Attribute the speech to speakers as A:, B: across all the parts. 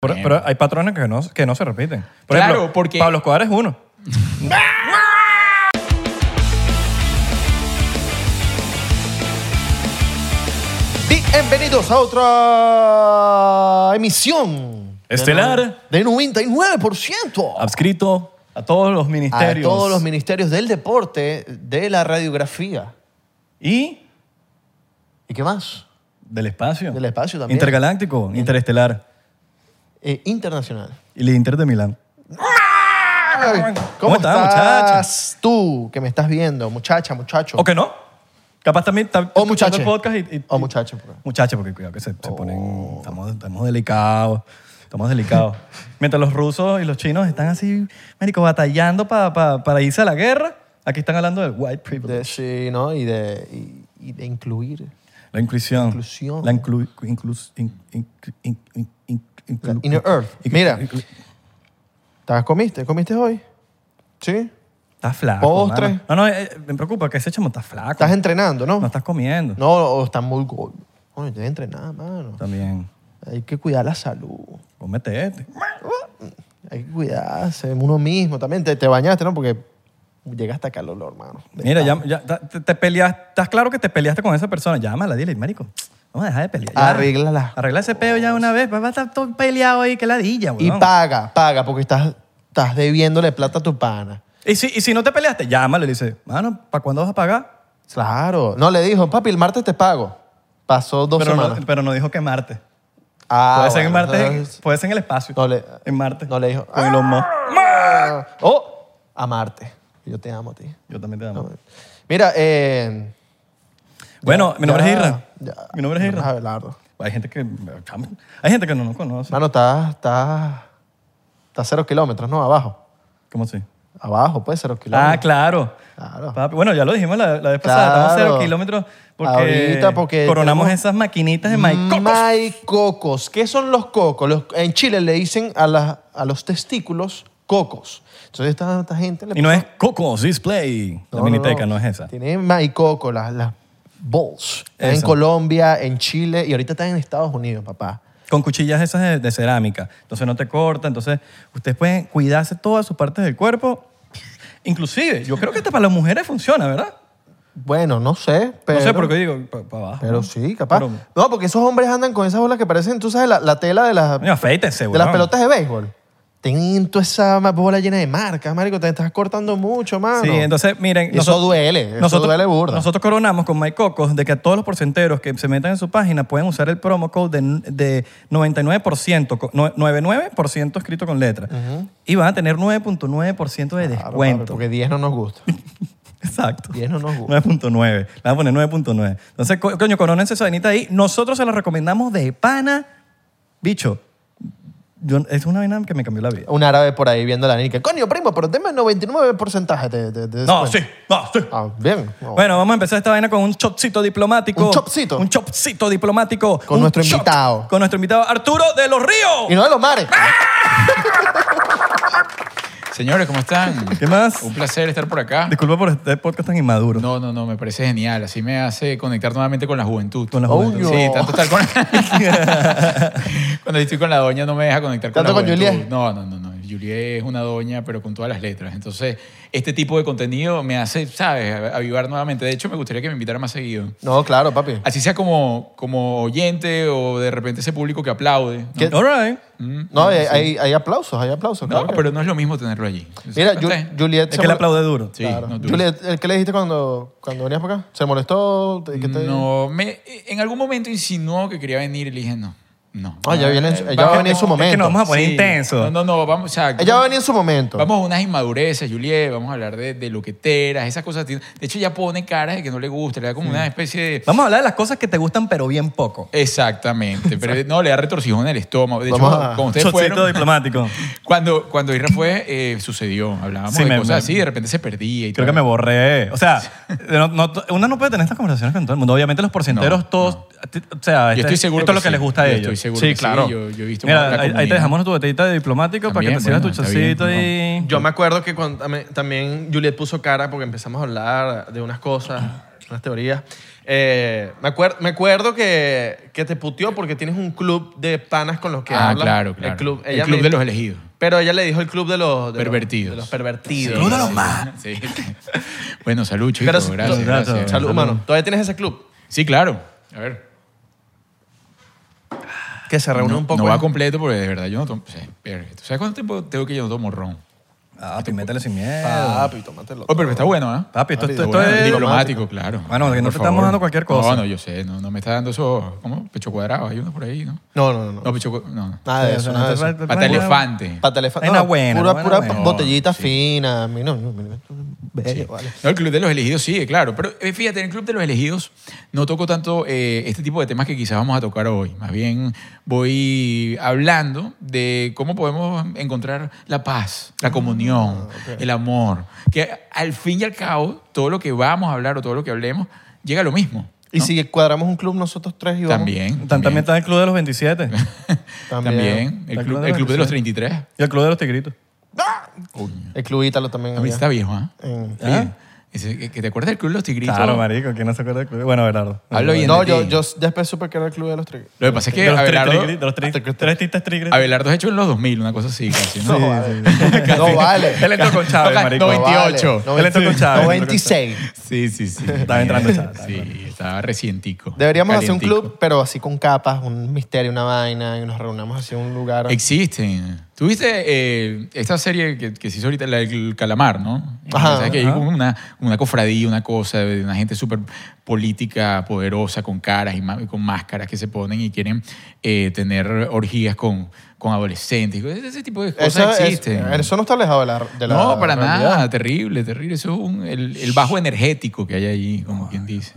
A: Pero, pero hay patrones que no, que no se repiten. Por
B: Claro,
A: ejemplo,
B: porque-
A: Pablo Escobar es uno.
C: Bienvenidos a otra emisión de
A: Estelar.
C: no- de 99%
A: Adscrito a todos los
C: a
A: ministerios.
C: todos los ministerios del deporte, de la radiografía.
A: Y
C: ¿Y qué más?
A: del espacio.
C: Del espacio también.
A: Intergaláctico, interestelar.
C: Eh, internacional.
A: Y el Inter de Milán. ¿Cómo estás,
C: estás tú que me estás viendo, muchacha, muchacho?
A: ¿O que no? Capaz también está
C: O
A: escuchando
C: muchacho.
A: el podcast y, y-
C: O
A: y-
C: muchacho. pues. Oh. por favor.
A: Muchachos, porque cuidado que se, se ponen. Estamos, estamos delicados. Estamos delicados. Mientras los rusos y los chinos están así, médico, batallando pa- pa- para irse a la guerra, aquí están hablando del white privilege.
C: De, sí, ¿no? Y de, y- y de incluir.
A: la inclusión.
C: inclusión.
A: La inclu, inclus- in- in- in- in- in-
C: La
A: inclu-
C: inner earth.
A: inclu-
C: Mira.
A: inclu-
C: ¿Estás comiste? ¿Comiste hoy? ¿Sí?
A: Estás flaco.
C: Postre.
A: mano. No, no, eh, me preocupa que ese chamo está flaco.
C: ¿Estás entrenando, no?
A: No estás comiendo.
C: No, o están muy gordos. Coño, tienes que entrenar, mano.
A: También.
C: Hay que cuidar la salud.
A: Cómete este.
C: Hay que cuidarse uno mismo también. Te, te bañaste, ¿no? Porque llega hasta acá el olor, hermano.
A: Mira, ya, ya te, te peleaste. Estás claro que te peleaste con esa persona. Llámala, dile, marico, vamos a dejar de pelear. ya.
C: Arréglala.
A: Arregla ese peo ya una vez. Vas a estar todo peleado ahí, que ladilla,
C: Y
A: weón.
C: paga, paga, porque estás, estás debiéndole plata a tu pana.
A: Y si, y si no te peleaste, llámale. Le dice, mano, ¿para cuándo vas a pagar?
C: Claro. No, le dijo, papi, el martes te pago. Pasó dos
A: Pero
C: semanas.
A: no, pero no dijo que Marte.
C: Ah,
A: puede, ser en
C: bueno,
A: Marte
C: entonces-
A: puede ser en el espacio.
C: No le-
A: en Marte.
C: no le dijo,
A: Con Elon Musk.
C: Ah, Oh, amarte. Yo te amo a ti.
A: Yo también te amo.
C: Mira, eh...
A: Bueno, mi nombre
C: ya-
A: es Irra.
C: ya-
A: Mi nombre es Irra.
C: Abelardo.
A: Hay gente que, hay gente que no nos conoce.
C: Mano, está, está, está a cero kilómetros, ¿no? Abajo.
A: ¿Cómo así?
C: Abajo, pues, cero
A: Ah,
C: kilómetros.
A: claro.
C: Claro.
A: Papi, bueno, ya lo dijimos la, la vez
C: Claro.
A: pasada. Estamos a cero kilómetros porque,
C: Ahorita porque
A: coronamos
C: tenemos-
A: esas maquinitas de Mike
C: My cocos. ¿Qué son los cocos? Los- en Chile le dicen a, las- a los testículos cocos. Entonces esta, esta gente le
A: Y no es Cocos Display.
C: No,
A: la
C: no,
A: miniteca no, es esa.
C: Tiene my coco, las, las balls. Están En
A: Eso.
C: Colombia, en Chile y ahorita están en Estados Unidos, papá.
A: Con cuchillas esas de, de cerámica. Entonces no te corta. Entonces ustedes pueden cuidarse todas sus partes del cuerpo. Inclusive, yo creo que hasta para las mujeres funciona, ¿verdad?
C: Bueno, no sé, pero...
A: no sé por qué digo, para abajo.
C: Pero sí, capaz.
A: Pero-
C: no, porque esos hombres andan con esas bolas que parecen, tú sabes, la, la tela de las...
A: Coño, afeítense,
C: De las
A: weón.
C: pelotas de béisbol. Tienen toda esa ma- bola llena de marcas, marico. Te estás cortando mucho, mano.
A: Sí, entonces, miren.
C: ah, Eso duele, eso duele burda.
A: Nosotros coronamos con My Cocos de que a todos los porcenteros que se metan en su página pueden usar el promo code de, de 99%, co- no- 99% escrito con letra. Y van a tener 9.9% de
C: Claro,
A: descuento.
C: papi, porque 10 no nos gusta.
A: Exacto.
C: 10 no nos gusta.
A: 9.9. Le van a poner 9.9. Entonces, co- coño, coronense esa vainita ahí. Nosotros se la recomendamos de pana. Bicho, yo- es una vaina que me cambió la vida.
C: Un árabe por ahí viendo la nica. Coño, primo, pero deme 99% de, de, de
A: No,
C: descuento".
A: sí, no, sí.
C: Ah, bien.
B: Oh.
C: No.
A: Bueno, vamos a empezar esta vaina con un chopcito diplomático.
C: Un chopcito.
A: Un chopcito diplomático.
C: Con
A: Un
C: nuestro
A: chop
C: invitado.
A: Con nuestro invitado Arturo de los
C: Y
A: Ríos.
C: no de los mares.
B: Señores, ¿cómo están?
A: ¿Qué más?
B: Un placer estar por acá.
A: Disculpa por este podcast tan inmaduro.
B: No, no, no, me parece genial. Así me hace conectar nuevamente con la juventud.
A: Con la
C: Oh,
A: juventud.
C: yo.
B: Sí, tanto estar con... Cuando estoy con la doña no me deja conectar con
C: ¿Tanto
B: la
C: con
B: juventud.
C: Juliet?
B: No, no, no, no. Juliet es una doña, pero con todas las letras. Entonces, este tipo de contenido me hace, ¿sabes? Avivar nuevamente. De hecho, me gustaría que me invitara más seguido.
C: No, claro, papi.
B: Así sea como, como oyente o de repente ese público que aplaude.
C: ¿Qué?
A: All right.
C: No, hay, hay, hay aplausos, hay aplausos.
B: No,
C: claro que-
B: pero no es lo mismo tenerlo allí.
C: Mira,
B: ¿No
C: Ju-
B: está?
C: Juliet.
A: Es
C: se
A: que le
C: mol-
A: aplaude duro.
B: Sí,
C: Claro.
B: no, tú.
C: Juliet, ¿el- ¿qué le dijiste cuando, cuando venías para acá? ¿Se molestó? ¿Te- qué te-
B: No, me, en algún momento insinuó que quería venir y le dije no. No.
C: Ah, ya viene en su- ella va a venir en su
B: vamos-
A: eh, Es que
C: momento.
A: nos vamos a poner
B: Sí.
A: intenso.
B: No, no, no, vamos, o sea,
C: Ella va a venir en su momento.
B: vamos a unas inmadureces, Juliet, vamos a hablar de, de loqueteras, esas cosas. De hecho, ya pone caras de que no le gusta, le da como una especie de...
A: Vamos a hablar de las cosas que te gustan, pero bien poco.
B: Exactamente, pero no, le da retorcijón en el estómago. De
C: Vamos
B: hecho,
C: a-
B: como ustedes
A: Chopcito
B: fueron,
A: diplomático.
B: cuando, cuando Isra fue, eh, sucedió, hablábamos
A: Sí,
B: de
A: me-
B: cosas
A: me-
B: así, de repente se perdía y
A: Creo que
B: tal.
A: me borré. O sea, no- no- uno no puede tener estas conversaciones con todo el mundo. Obviamente los porcenteros
B: No,
A: todos... O sea, este-
B: Yo estoy seguro
A: esto es
B: que
A: lo que
B: sí.
A: les gusta a
B: Yo
A: ellos.
B: estoy seguro
C: Sí,
B: que
C: claro.
B: Yo, yo he visto
A: Mira,
B: la
A: ahí, ahí
B: comunidad.
A: te dejamos tu botellita de diplomático para que
B: También,
A: te sirvas
B: bueno,
A: tu
B: está bien, pues,
A: chocito y...
C: Yo me acuerdo que cuando, también- también Juliet puso cara porque empezamos a hablar de unas cosas, unas teorías. Eh, me, acuer- me acuerdo que, que te puteó porque tienes un club de panas con los que
B: Ah,
C: hablas.
B: claro, claro.
C: El club,
B: El
C: ella
B: club
C: me-
B: de los elegidos.
C: Pero ella le dijo el club de los... de los-
B: Pervertidos.
C: de los pervertidos.
B: Sí, sí. Sí. Bueno, salud, chicos.
C: Pero-
B: gracias,
A: Salud,
B: gracias.
C: Salud, humano. ¿Todavía tienes ese club?
B: Sí, claro. A ver.
C: Que se reúne
B: no,
C: un poco.
B: no
C: ¿eh?
B: va completo porque de verdad yo no tomo... sí, verga. ¿Tú sabes cuánto tiempo tengo que yo no tomo ron?
A: Ah, tú métele sin miedo.
C: Papi, tómatelo.
B: Oh, pero está bueno, ¿ah?
A: Papi, esto,
C: Papi,
A: esto- esto
B: Está bueno,
A: es...
B: diplomático, claro.
A: Bueno, que no
B: Por
A: te estamos
B: favor.
A: dando cualquier cosa.
B: No, no, yo sé. No, no me está dando eso... ¿Cómo? Pecho cuadrado. Hay uno por ahí, ¿no?
C: No, no, no.
B: No, pecho... cu- No, no.
C: Nada de eso, nada de eso.
B: Pata elefante.
C: Pata elefante.
A: Una
C: No,
A: buena,
C: Pura,
A: buena,
C: pura
A: buena.
C: botellita fina. A mí no, no, mira, tú- bello, vale.
B: Eh, No, el Club de los Elegidos sigue, claro. Pero eh, fíjate, en el Club de los Elegidos no toco tanto eh, este tipo de temas que quizás vamos a tocar hoy. Más bien voy hablando de cómo podemos encontrar la paz, la comunión, el amor. Que al fin y al cabo, todo lo que vamos a hablar o todo lo que hablemos llega a lo mismo.
C: Y si cuadramos un club nosotros tres y vamos.
B: También.
A: Tam- También está el Club de los 27
B: También. El
A: Está
B: club,
A: claro,
B: el club de
A: sí.
B: los 33.
A: y el Club de los Tigritos.
B: Coño.
C: El club Ítalo también.
B: A mí
C: había.
B: está viejo, ¿ah?
C: En-
B: Sí. Ese- que- que ¿Te acuerdas del Club de los Tigritos?
A: Claro, marico, ¿quién no se acuerda del Club? Bueno, Abelardo.
B: Hablo bien
C: No,
B: de
C: yo,
B: ti.
C: yo después supe que era el club de los tres.
B: Lo que pasa es que
A: de los tres
B: Abelardo,
A: tigritos, de los tres- tres tistas tigritos.
B: Abelardo es hecho en los 2000, una cosa así casi, ¿no?
C: No vale. No vale.
A: Él entró con Chávez,
B: Toca
A: marico.
C: No vale.
B: 98.
A: Él entró con Chávez.
C: 96.
B: Sí, sí, sí.
A: Estaba entrando ya, estaba
B: Sí, estaba recientico.
C: Deberíamos hacer un
B: calientico.
C: club, pero así con capas, un misterio, una vaina, y nos reunamos así en un lugar.
B: Existen. ¿Tuviste eh, esta serie que, que se hizo ahorita, la del calamar, no?
C: Ajá.
B: ¿Sabes que hay
A: Ajá.
B: como una, una cofradía, una cosa, de una gente súper política, poderosa, con caras y ma- con máscaras que se ponen y quieren eh, tener orgías con, con adolescentes. Ese ese tipo de
C: Eso,
B: cosas
C: es-
B: existen.
C: eso no está alejado de la. de la
B: no, para
C: realidad.
B: nada, terrible, terrible. Eso es un- el, el bajo energético que hay allí, como quien dice.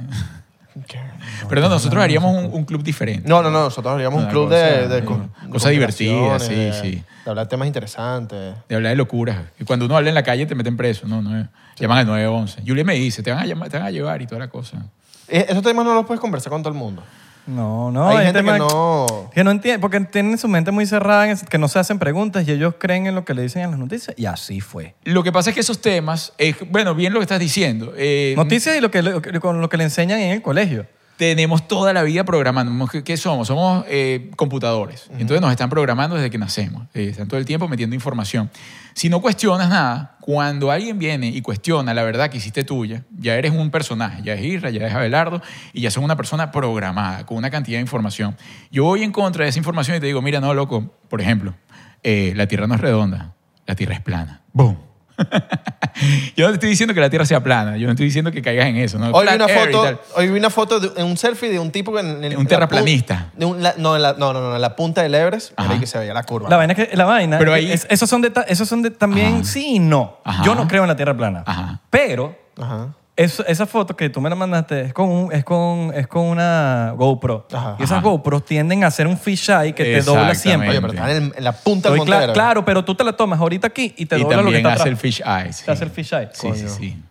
B: Pero no, nosotros haríamos un, un club diferente.
C: No, no, no, nosotros haríamos un
B: Una
C: club
B: cosa,
C: de, de
B: sí,
C: co-
B: una
C: de
B: cosa divertida,
C: conspiraciones,
B: sí,
C: de-
B: sí.
C: De hablar de temas interesantes.
B: De hablar de locuras. Y cuando uno habla en la calle te meten preso. No, no. Llaman al 911. Julia me dice, te van a, llamar, te van a llevar y toda la cosa.
C: Eh, Esos temas no los puedes conversar con todo el mundo.
A: No, no.
C: Hay gente
A: tema
C: que no-
A: Que no entiende, porque tienen su mente muy cerrada, en es- que no se hacen preguntas y ellos creen en lo que le dicen en las noticias y así fue.
B: Lo que pasa es que esos temas, es, bueno, bien lo que estás diciendo. eh,
A: Noticias y lo que, le- con lo que le enseñan en el colegio.
B: tenemos toda la vida programando. ¿Qué, qué somos? Somos eh, computadores. Entonces nos están programando desde que nacemos. Eh, están todo el tiempo metiendo información. Si no cuestionas nada, cuando alguien viene y cuestiona la verdad que hiciste tuya, ya eres un personaje, ya es Isra, ya es Abelardo y ya son una persona programada con una cantidad de información. Yo voy en contra de esa información y te digo, mira, no, loco, por ejemplo, eh, la Tierra no es redonda, la Tierra es plana. ¡Boom! Yo no te estoy diciendo que la Tierra sea plana, yo no estoy diciendo que caigas en eso. ¿no?
C: Hoy vi
B: Flat
C: una
B: Earth y tal.
C: foto, hoy vi una foto de en un selfie de un tipo en, en el-
B: Un
C: la
B: terraplanista.
C: pun- de un- la- no, en la, no, no, no, en la punta del Everest,
B: Ajá.
C: era ahí que se veía la curva.
A: La vaina es que la vaina.
B: Pero
A: es
B: ahí-
A: que es- esos son de, ta- esos son de también
B: Ajá.
A: sí y no.
B: Ajá.
A: Yo no creo en la tierra plana.
B: Ajá.
A: Pero
C: Ajá.
A: eso- esa foto que tú me la mandaste es con un- es con es con una GoPro.
C: Ajá.
A: Y esas
B: Ajá.
A: GoPros tienden a hacer un fisheye que te dobla siempre.
C: Oye, pero
B: Exactamente.
C: está en, el- en la punta
A: Estoy
C: del Monte
A: cla-
C: Everest.
A: claro, pero tú te la tomas ahorita aquí y te
B: y
A: dobla lo que
B: también
A: está
B: hace el
A: atrás.
B: fish eye. Sí.
A: Te hace el fisheye.
B: Sí, sí, sí.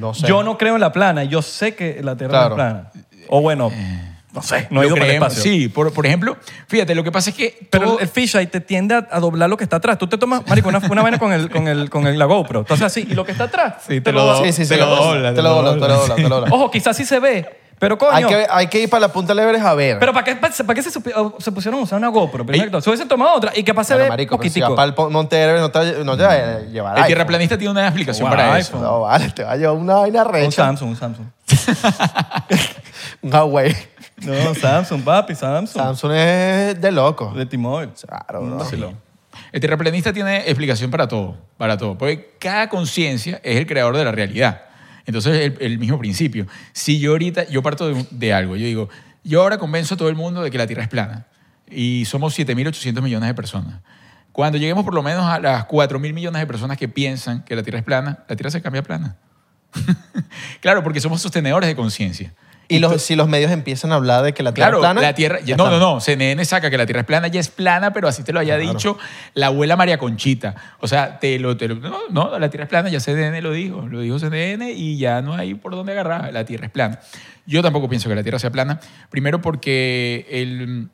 C: No sé.
A: Yo no creo en la plana, yo sé que la Tierra
C: Claro.
A: no es plana. O bueno,
B: Eh,
A: no sé, no he
B: Lo
A: ido para el
B: creemos.
A: espacio.
B: Sí, por, por ejemplo, fíjate, lo que pasa es que
A: Pero
B: todo-
A: el fisheye te tiende a, a doblar lo que está atrás. Tú te tomas, marico, una, una vaina con, el, con, el, con el- la GoPro. Tú haces así y lo que está atrás
B: Sí, te lo-
A: va-
C: Sí, sí, sí.
B: Te lo dobla,
C: Te lo dobla, te lo dobla, te lo dobla.
A: Ojo, quizás sí se ve, pero coño.
C: Hay que, hay que ir para la punta del Everest a ver.
A: Pero ¿para qué, para, para qué se, supi- oh, se pusieron a usar una GoPro? Primero que todo, se hubiesen tomado otra y capaz se
C: Bueno,
A: ve
C: marico, pero si
A: poquitico.
C: vas para el pon- Monte Everest no te, va- no te va a llevar
B: Mm. el
C: iPhone.
B: tierraplanista tiene una explicación
A: Wow,
B: para eso.
A: iPhone.
C: No, vale, te va a llevar una vaina
A: un
C: recha.
A: Samsung, un Samsung.
C: Un Huawei.
A: No, Samsung, papi, Samsung.
C: Samsung es de loco.
A: De T-Mobile.
C: Claro, bro.
B: Sí. El terraplanista tiene explicación para todo, para todo, porque cada conciencia es el creador de la realidad. Entonces, el, el mismo principio. Si yo ahorita, yo parto de, un- de algo, yo digo, yo ahora convenzo a todo el mundo de que la Tierra es plana y somos 7.800 millones de personas. Cuando lleguemos por lo menos a las 4.000 millones de personas que piensan que la Tierra es plana, la Tierra se cambia a plana. claro, porque somos sostenedores de conciencia.
C: Y los, si los medios empiezan a hablar de que la Tierra
B: Claro,
C: es plana...
B: la Tierra.
C: ya
B: no,
C: está.
B: no, no. CNN saca que la Tierra es plana, ya es plana, pero así te lo haya dicho la abuela María Conchita. O sea, te lo, te lo- no, no, la Tierra es plana, ya CNN lo dijo, lo dijo CNN y ya no hay por dónde agarrar. La Tierra es plana. Yo tampoco pienso que la Tierra sea plana. Primero porque el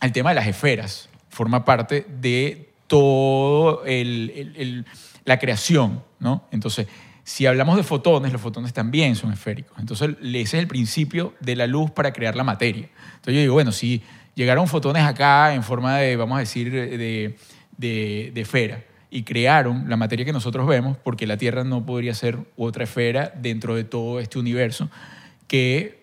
B: el tema de las esferas forma parte de todo el- el- el- la creación, ¿no? Entonces, si hablamos de fotones, los fotones también son esféricos. Entonces, ese es el principio de la luz para crear la materia. Entonces, yo digo, bueno, si llegaron fotones acá en forma de, vamos a decir, de, de- de esfera y crearon la materia que nosotros vemos, porque la Tierra no podría ser otra esfera dentro de todo este universo que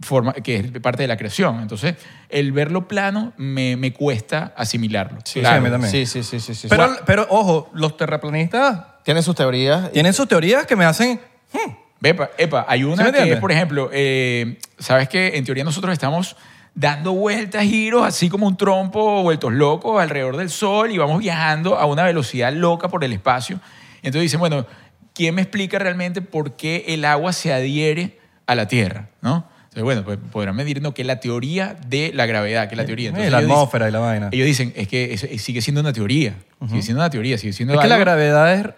B: forma, que es parte de la creación. Entonces, el verlo plano me, me cuesta asimilarlo.
A: Claro. sí, a mí también.
D: Sí, sí, sí, sí, sí.
A: Pero,
D: Bueno,
A: pero ojo, los terraplanistas
D: tiene sus teorías.
A: tienen sus teorías que me hacen... hmm,
B: Epa, epa, hay
A: ¿Sí
B: una
A: me
B: que,
A: entiendes?
B: por ejemplo, eh, sabes que en teoría nosotros estamos dando vueltas, giros, así como un trompo, vueltos locos alrededor del sol y vamos viajando a una velocidad loca por el espacio. Entonces dicen, bueno, ¿quién me explica realmente por qué el agua se adhiere a la Tierra? ¿No? Entonces, bueno, pues podrán medirnos que la teoría de la gravedad, que la
A: eh,
B: teoría. Entonces,
A: la
B: ellos dicen-
A: atmósfera y la vaina.
B: Ellos dicen, es que es- es- sigue siendo una teoría. Sigue siendo una teoría, sigue siendo
A: Es que la
B: algo
A: gravedad es, ay,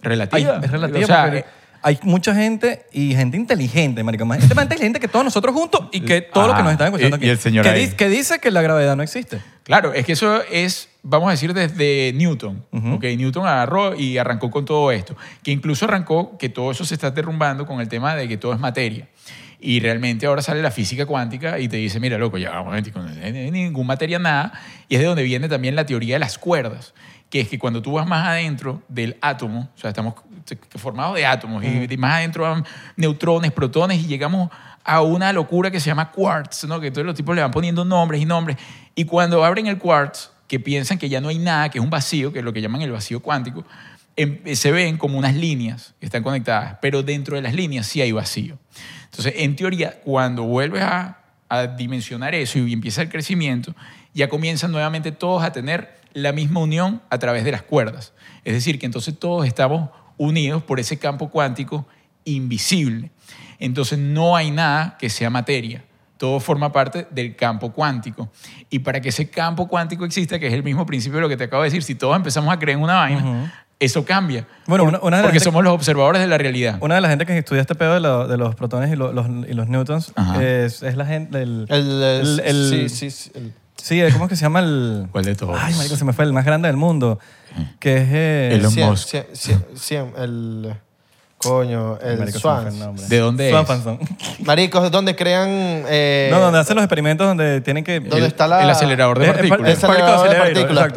B: relativa.
A: es relativa.
B: O sea,
A: porque
B: eh,
A: hay mucha gente y gente inteligente, marico. Más gente más inteligente que todos nosotros juntos y que todo lo que
B: Ajá.
A: nos están escuchando
B: Ah, Y-
A: aquí.
B: y el señor
A: que,
B: ahí.
A: dice- que dice que la gravedad no existe.
B: claro, es que eso es, vamos a decir, desde Newton. Ok, Newton agarró y arrancó con todo esto. Que incluso arrancó que todo eso se está derrumbando con el tema de que todo es materia. Y realmente ahora sale la física cuántica y te dice, mira, loco, ya vamos, no hay ningún materia, nada. Y es de donde viene también la teoría de las cuerdas. que es que cuando tú vas más adentro del átomo, o sea, estamos formados de átomos, y de más adentro van neutrones, protones, y llegamos a una locura que se llama quartz, ¿no? que todos los tipos le van poniendo nombres y nombres, y cuando abren el quartz, que piensan que ya no hay nada, que es un vacío, que es lo que llaman el vacío cuántico, em- eh, se ven como unas líneas que están conectadas, pero dentro de las líneas sí hay vacío. Entonces, en teoría, cuando vuelves a a dimensionar eso y empieza el crecimiento, ya comienzan nuevamente todos a tener la misma unión a través de las cuerdas. Es decir, que entonces todos estamos unidos por ese campo cuántico invisible. Entonces no hay nada que sea materia. Todo forma parte del campo cuántico. Y para que ese campo cuántico exista, que es el mismo principio de lo que te acabo de decir, si todos empezamos a creer en una vaina, eso cambia.
A: Bueno,
B: Por-
A: una- una de las
B: porque
A: gente-
B: somos los observadores de la realidad.
A: Una de las gente que estudia este pedo de, lo- de los protones y, lo- los, y los newtons
B: Ajá.
A: es, es la gente del...
D: El,
A: el- el-
D: sí, sí, sí, el-
A: Sí, ¿cómo es que se llama el...?
B: ¿Cuál de todos?
A: Ay, marico, se me fue el más grande del mundo. Que es... eh,
B: Elon
D: cien-
B: Musk.
D: cien- cien- cien- el coño, el
A: marico, se me fue el
D: Swans.
A: nombre.
B: ¿De dónde es?
A: Swanson.
D: Maricos, donde crean eh,
A: No, donde hacen los experimentos donde tienen que...
D: ¿Dónde
B: el,
D: está la-
B: el acelerador de
A: Eh, eh,
B: partículas.
A: el particle
D: acelerador de
A: accelerator,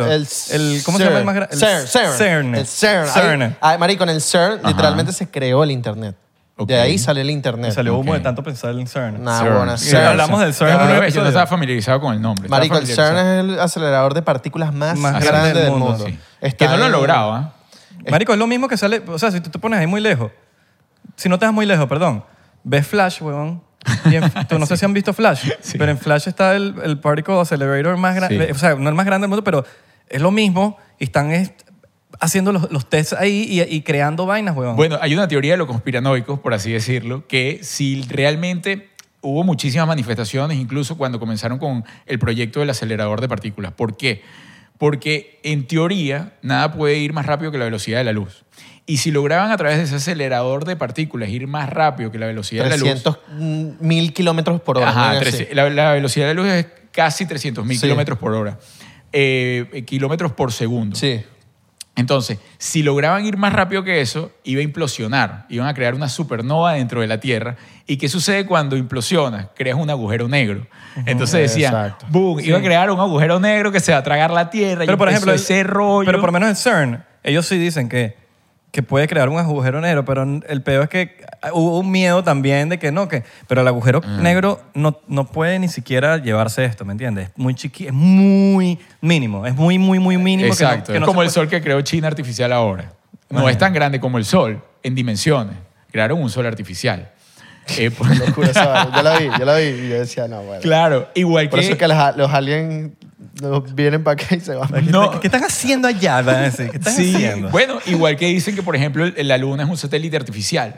D: partículas.
A: exacto.
D: El,
A: El- ¿cómo se llama el más gra- el
D: CERN. CERN.
A: CERN.
D: El CERN.
A: CERN.
D: Ahí- ah, marico, en el CERN
B: Ajá.
D: literalmente se creó el internet.
B: Ok.
D: De ahí sale el internet.
A: Salió humo
B: Ok.
A: de tanto pensar en CERN.
D: Nah,
B: CERN.
D: Ah, bueno,
B: Sí,
A: Ya hablamos del CERN en
B: Yo
A: un
B: no
A: episodio.
B: estaba familiarizado con el nombre. estaba
D: Marico, el CERN
B: familiarizado.
D: es el acelerador de partículas más,
A: Más
D: grande, del mundo.
B: Sí.
D: Está
B: Que no lo
D: en-
B: han logrado, ¿ah?
A: Eh. Marico, es lo mismo que sale... O sea, si tú te pones ahí muy lejos... Si no te das muy lejos, perdón. Ves Flash, huevón. Y en- tú no sé si han visto Flash,
B: Sí.
A: pero en Flash está el, el Particle Accelerator más grande.
B: Sí.
A: O sea, no el más grande del mundo, pero es lo mismo. Y están es, haciendo los, los tests ahí y, y creando vainas, huevón.
B: Bueno, hay una teoría de los conspiranoicos, por así decirlo, que si realmente hubo muchísimas manifestaciones, incluso cuando comenzaron con el proyecto del acelerador de partículas. ¿Por qué? Porque en teoría nada puede ir más rápido que la velocidad de la luz. Y si lograban a través de ese acelerador de partículas ir más rápido que la velocidad de la luz,
D: 300 mil kilómetros por hora.
B: Ajá,
D: ¿no?
B: trece-
D: Sí.
B: la, la velocidad de la luz es casi 300.000
D: Sí.
B: kilómetros por hora. Eh, eh, kilómetros por segundo.
D: Sí.
B: Entonces, si lograban ir más rápido que eso, iba a implosionar. Iban a crear una supernova dentro de la Tierra. ¿Y qué sucede cuando implosionas? Creas un agujero negro. Entonces decían,
D: exacto.
B: boom, iba a crear un agujero negro que se va a tragar la Tierra.
A: pero por ejemplo,
B: ese rollo.
A: Pero por lo menos en CERN, ellos sí dicen que, que puede crear un agujero negro, pero el peor es que ah, hubo un miedo también de que no, que, pero el agujero
B: Mm.
A: negro no, no puede ni siquiera llevarse esto, ¿me entiendes? Es muy chiqui, es muy mínimo, es muy, muy, muy mínimo. que no-
B: Exacto.
A: que no se
B: es como el
A: puede-
B: sol que creó China artificial ahora. No es tan grande como el sol en dimensiones. Crearon un sol artificial. Eh, por-
D: Locura esa vaina. Yo la vi, yo la vi y yo decía, no, bueno.
B: Claro, igual
D: Por
B: que.
D: eso es que los, los aliens los vienen para acá y se van.
A: ¿Qué,
B: No.
A: ¿Qué están haciendo allá? Van a decir, ¿Qué están
B: Sí,
A: haciendo?
B: bueno, igual que dicen que, por ejemplo, el- la Luna es un satélite artificial.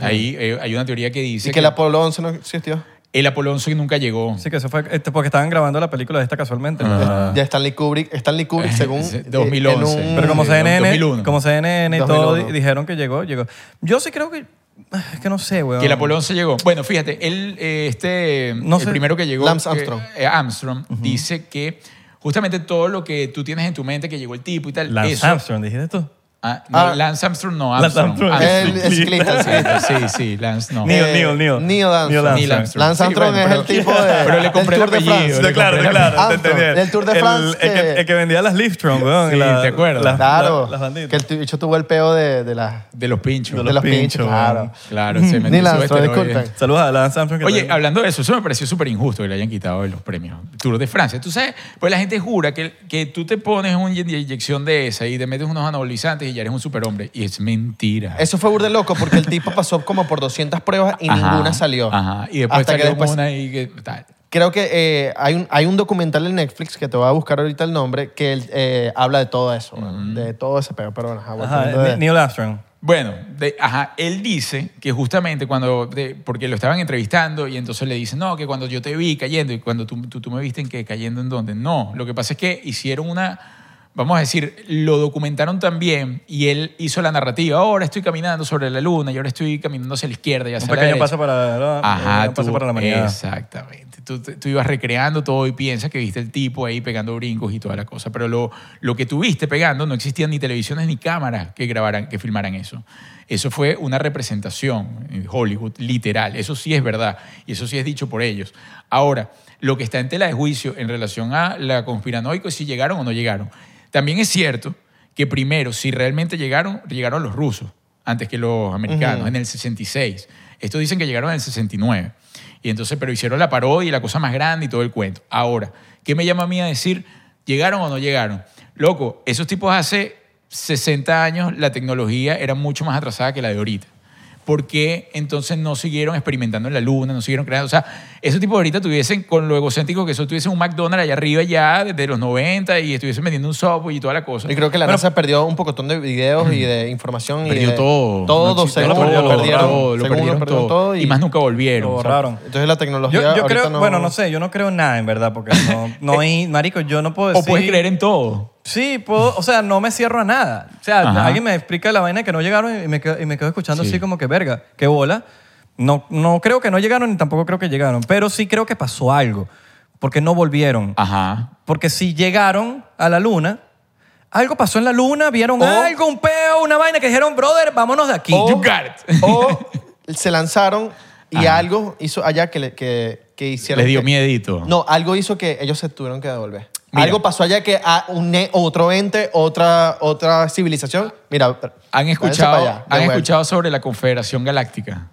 B: Ahí eh, hay una teoría que dice
D: Y que el Apolo 11 no existió.
B: el Apolo 11 nunca llegó.
A: Sí, que eso fue este, porque estaban grabando la película de esta casualmente. ¿no?
B: Ah.
D: Ya Stanley Kubrick, Stanley Kubrick según...
B: Eh,
D: eh,
B: Sí, 2011.
D: en un-
A: Pero como
B: Sí, en
A: CNN,
B: 2001.
A: como CNN y todo
D: 2001.
A: di- dijeron que llegó, llegó. Yo sí creo que Ah, Es que no sé, weón.
B: Que el Apolo 11 llegó. Bueno, fíjate, él, eh, este,
A: No
B: el
A: sé.
B: primero que llegó,
D: Lance
B: eh,
D: Armstrong.
B: eh, Armstrong, dice que justamente todo lo que tú tienes en tu mente que llegó el tipo y tal,
A: Lance
B: eso.
A: Armstrong, dijiste tú.
B: Ah, no,
D: Ah.
B: Lance Armstrong no,
A: Lance
B: Armstrong.
A: Armstrong.
D: El
B: Armstrong.
A: Él-
D: ciclista. sí.
B: Sí, sí, Lance no.
A: Neil,
D: Eh,
A: Neil, Neil.
D: Neil Armstrong.
B: Neil Armstrong.
D: Lance
B: Sí,
D: Armstrong
B: bueno,
D: es el tipo de.
B: pero le
D: del
B: compré el
D: Tour de
B: apellido,
D: France.
B: le
A: De claro, de claro. te
D: Armstrong,
A: entendí.
D: del Tour de
A: El-
D: France
A: El, que,
D: que-
A: el que vendía las Liftron, weón.
B: Sí,
A: la-
B: ¿te acuerdas?
A: las-
D: Claro.
A: la- las banditas.
D: que el t- bicho tuvo el peo de, de, las-
B: De los pinchos.
D: de
A: los
D: los pinchos,
A: pinchos,
D: claro.
A: man.
B: Claro, se metió
D: Neil
B: su
D: Armstrong,
B: esteroide.
D: disculpen.
A: Saludos a Lance Armstrong. que
B: Oye,
A: también-
B: hablando de eso, eso me pareció súper injusto que le hayan quitado de los premios Tour de Francia. Tú sabes, pues la gente jura que, que tú te pones una inye- inyección de esa y te metes unos anabolizantes y ya eres un superhombre. Y es mentira.
D: Eso fue burde loco porque el tipo pasó como por 200 pruebas y
B: Ajá,
D: ninguna salió.
B: Ajá. Y después
D: Hasta
B: salió
D: que después
B: una y que tal.
D: Creo que eh, hay, un, hay un documental en Netflix que te voy a buscar ahorita el nombre que él, eh, habla de todo eso, de todo ese peo. Pero bueno,
B: ah,
D: ajá, volviendo
A: Ajá,
D: de-
A: Ne- Neil Armstrong.
B: Bueno, de- ajá, él dice que justamente cuando, de- porque lo estaban entrevistando y entonces le dicen, no, que cuando yo te vi cayendo y cuando tú, tú, tú me viste en que cayendo en dónde. No, lo que pasa es que hicieron una, vamos a decir, lo documentaron también y él hizo la narrativa, ahora estoy caminando sobre la luna y ahora estoy caminando hacia la izquierda y hacia
A: Un
B: la
A: pequeño
B: derecha".
A: paso para la,
B: Ajá,
A: un paso
B: tú-
A: para la mañana.
B: Exactamente. Tú, tú- tú ibas recreando todo y piensas que viste el tipo ahí pegando brincos y toda la cosa. Pero lo, lo que tuviste pegando no existían ni televisiones ni cámaras que grabaran, que filmaran eso. Eso fue una representación en Hollywood, literal. Eso sí es verdad. Y eso sí es dicho por ellos. Ahora, lo que está en tela de juicio en relación a la conspiranoico es si llegaron o no llegaron. También es cierto que primero, si realmente llegaron, llegaron los rusos antes que los americanos, en el 66. Estos dicen que llegaron en el 69. Y entonces, pero hicieron la parodia y la cosa más grande y todo el cuento. Ahora, ¿qué me llama a mí a decir? ¿Llegaron o no llegaron? Loco, esos tipos hace 60 años la tecnología era mucho más atrasada que la de ahorita. ¿Por qué entonces no siguieron experimentando en la luna, no siguieron creando? O sea, esos tipos ahorita tuviesen, con lo egocéntrico que eso, tuviesen un McDonald's allá arriba ya desde los 90 y estuviesen vendiendo un software y toda la cosa.
D: Y creo que la NASA perdió un pocotón de videos y de información. y
B: Perdió
D: de-
B: Eh, todo.
D: Todo,
B: No existió
D: según
A: todo,
D: lo perdieron.
B: todo, lo
D: según
B: perdieron todo. Y, más nunca volvieron.
A: Lo
B: o sea,
A: borraron.
D: Entonces la tecnología.
A: Yo, yo
D: ahorita
A: creo,
D: no-
A: bueno, no sé, yo no creo en nada en verdad, porque no, no hay, marico, yo no puedo decir.
B: Eh, O puedes creer en todo.
A: Sí, puedo, o sea, no me cierro a nada. O sea,
B: Ajá.
A: alguien me explica la vaina que no llegaron y me quedo, y me quedo escuchando
B: Sí.
A: así como que verga, qué bola. No, no creo que no llegaron y tampoco creo que llegaron, pero sí creo que pasó algo, porque no volvieron.
B: Ah. Ajá.
A: Porque si llegaron a la luna, algo pasó en la luna, vieron
B: Oh.
D: O-
A: algo, un peo, una vaina que dijeron, brother, vámonos de aquí.
B: You
D: O-
B: got it.
D: O se lanzaron y
B: Ajá.
D: algo hizo allá que, le- que, que hicieron.
B: Les dio
D: que-
B: miedito.
D: No, algo hizo que ellos se tuvieron que devolver.
B: Mira.
D: Algo pasó allá que a un e- otro ente, otra, otra civilización. Mira,
B: ¿Han
D: váyanse
B: escuchado,
D: para allá, de
B: ¿han
D: vuelta.
B: escuchado sobre la Confederación Galáctica?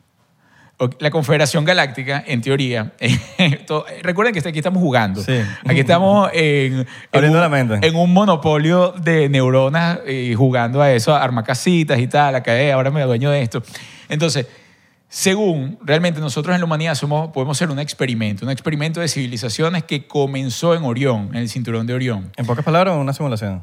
B: O- La Confederación Galáctica, en teoría, to- recuerden que aquí estamos jugando.
A: Sí.
B: Aquí estamos en, en
A: Abriendo
B: un,
A: la mente.
B: en un monopolio de neuronas eh, jugando a eso, a armar casitas y tal, acá, eh, ahora me dueño de esto. Entonces, según realmente nosotros en la humanidad somos, podemos ser un experimento, un experimento de civilizaciones que comenzó en Orión, en el cinturón de Orión
A: En pocas palabras, una simulación.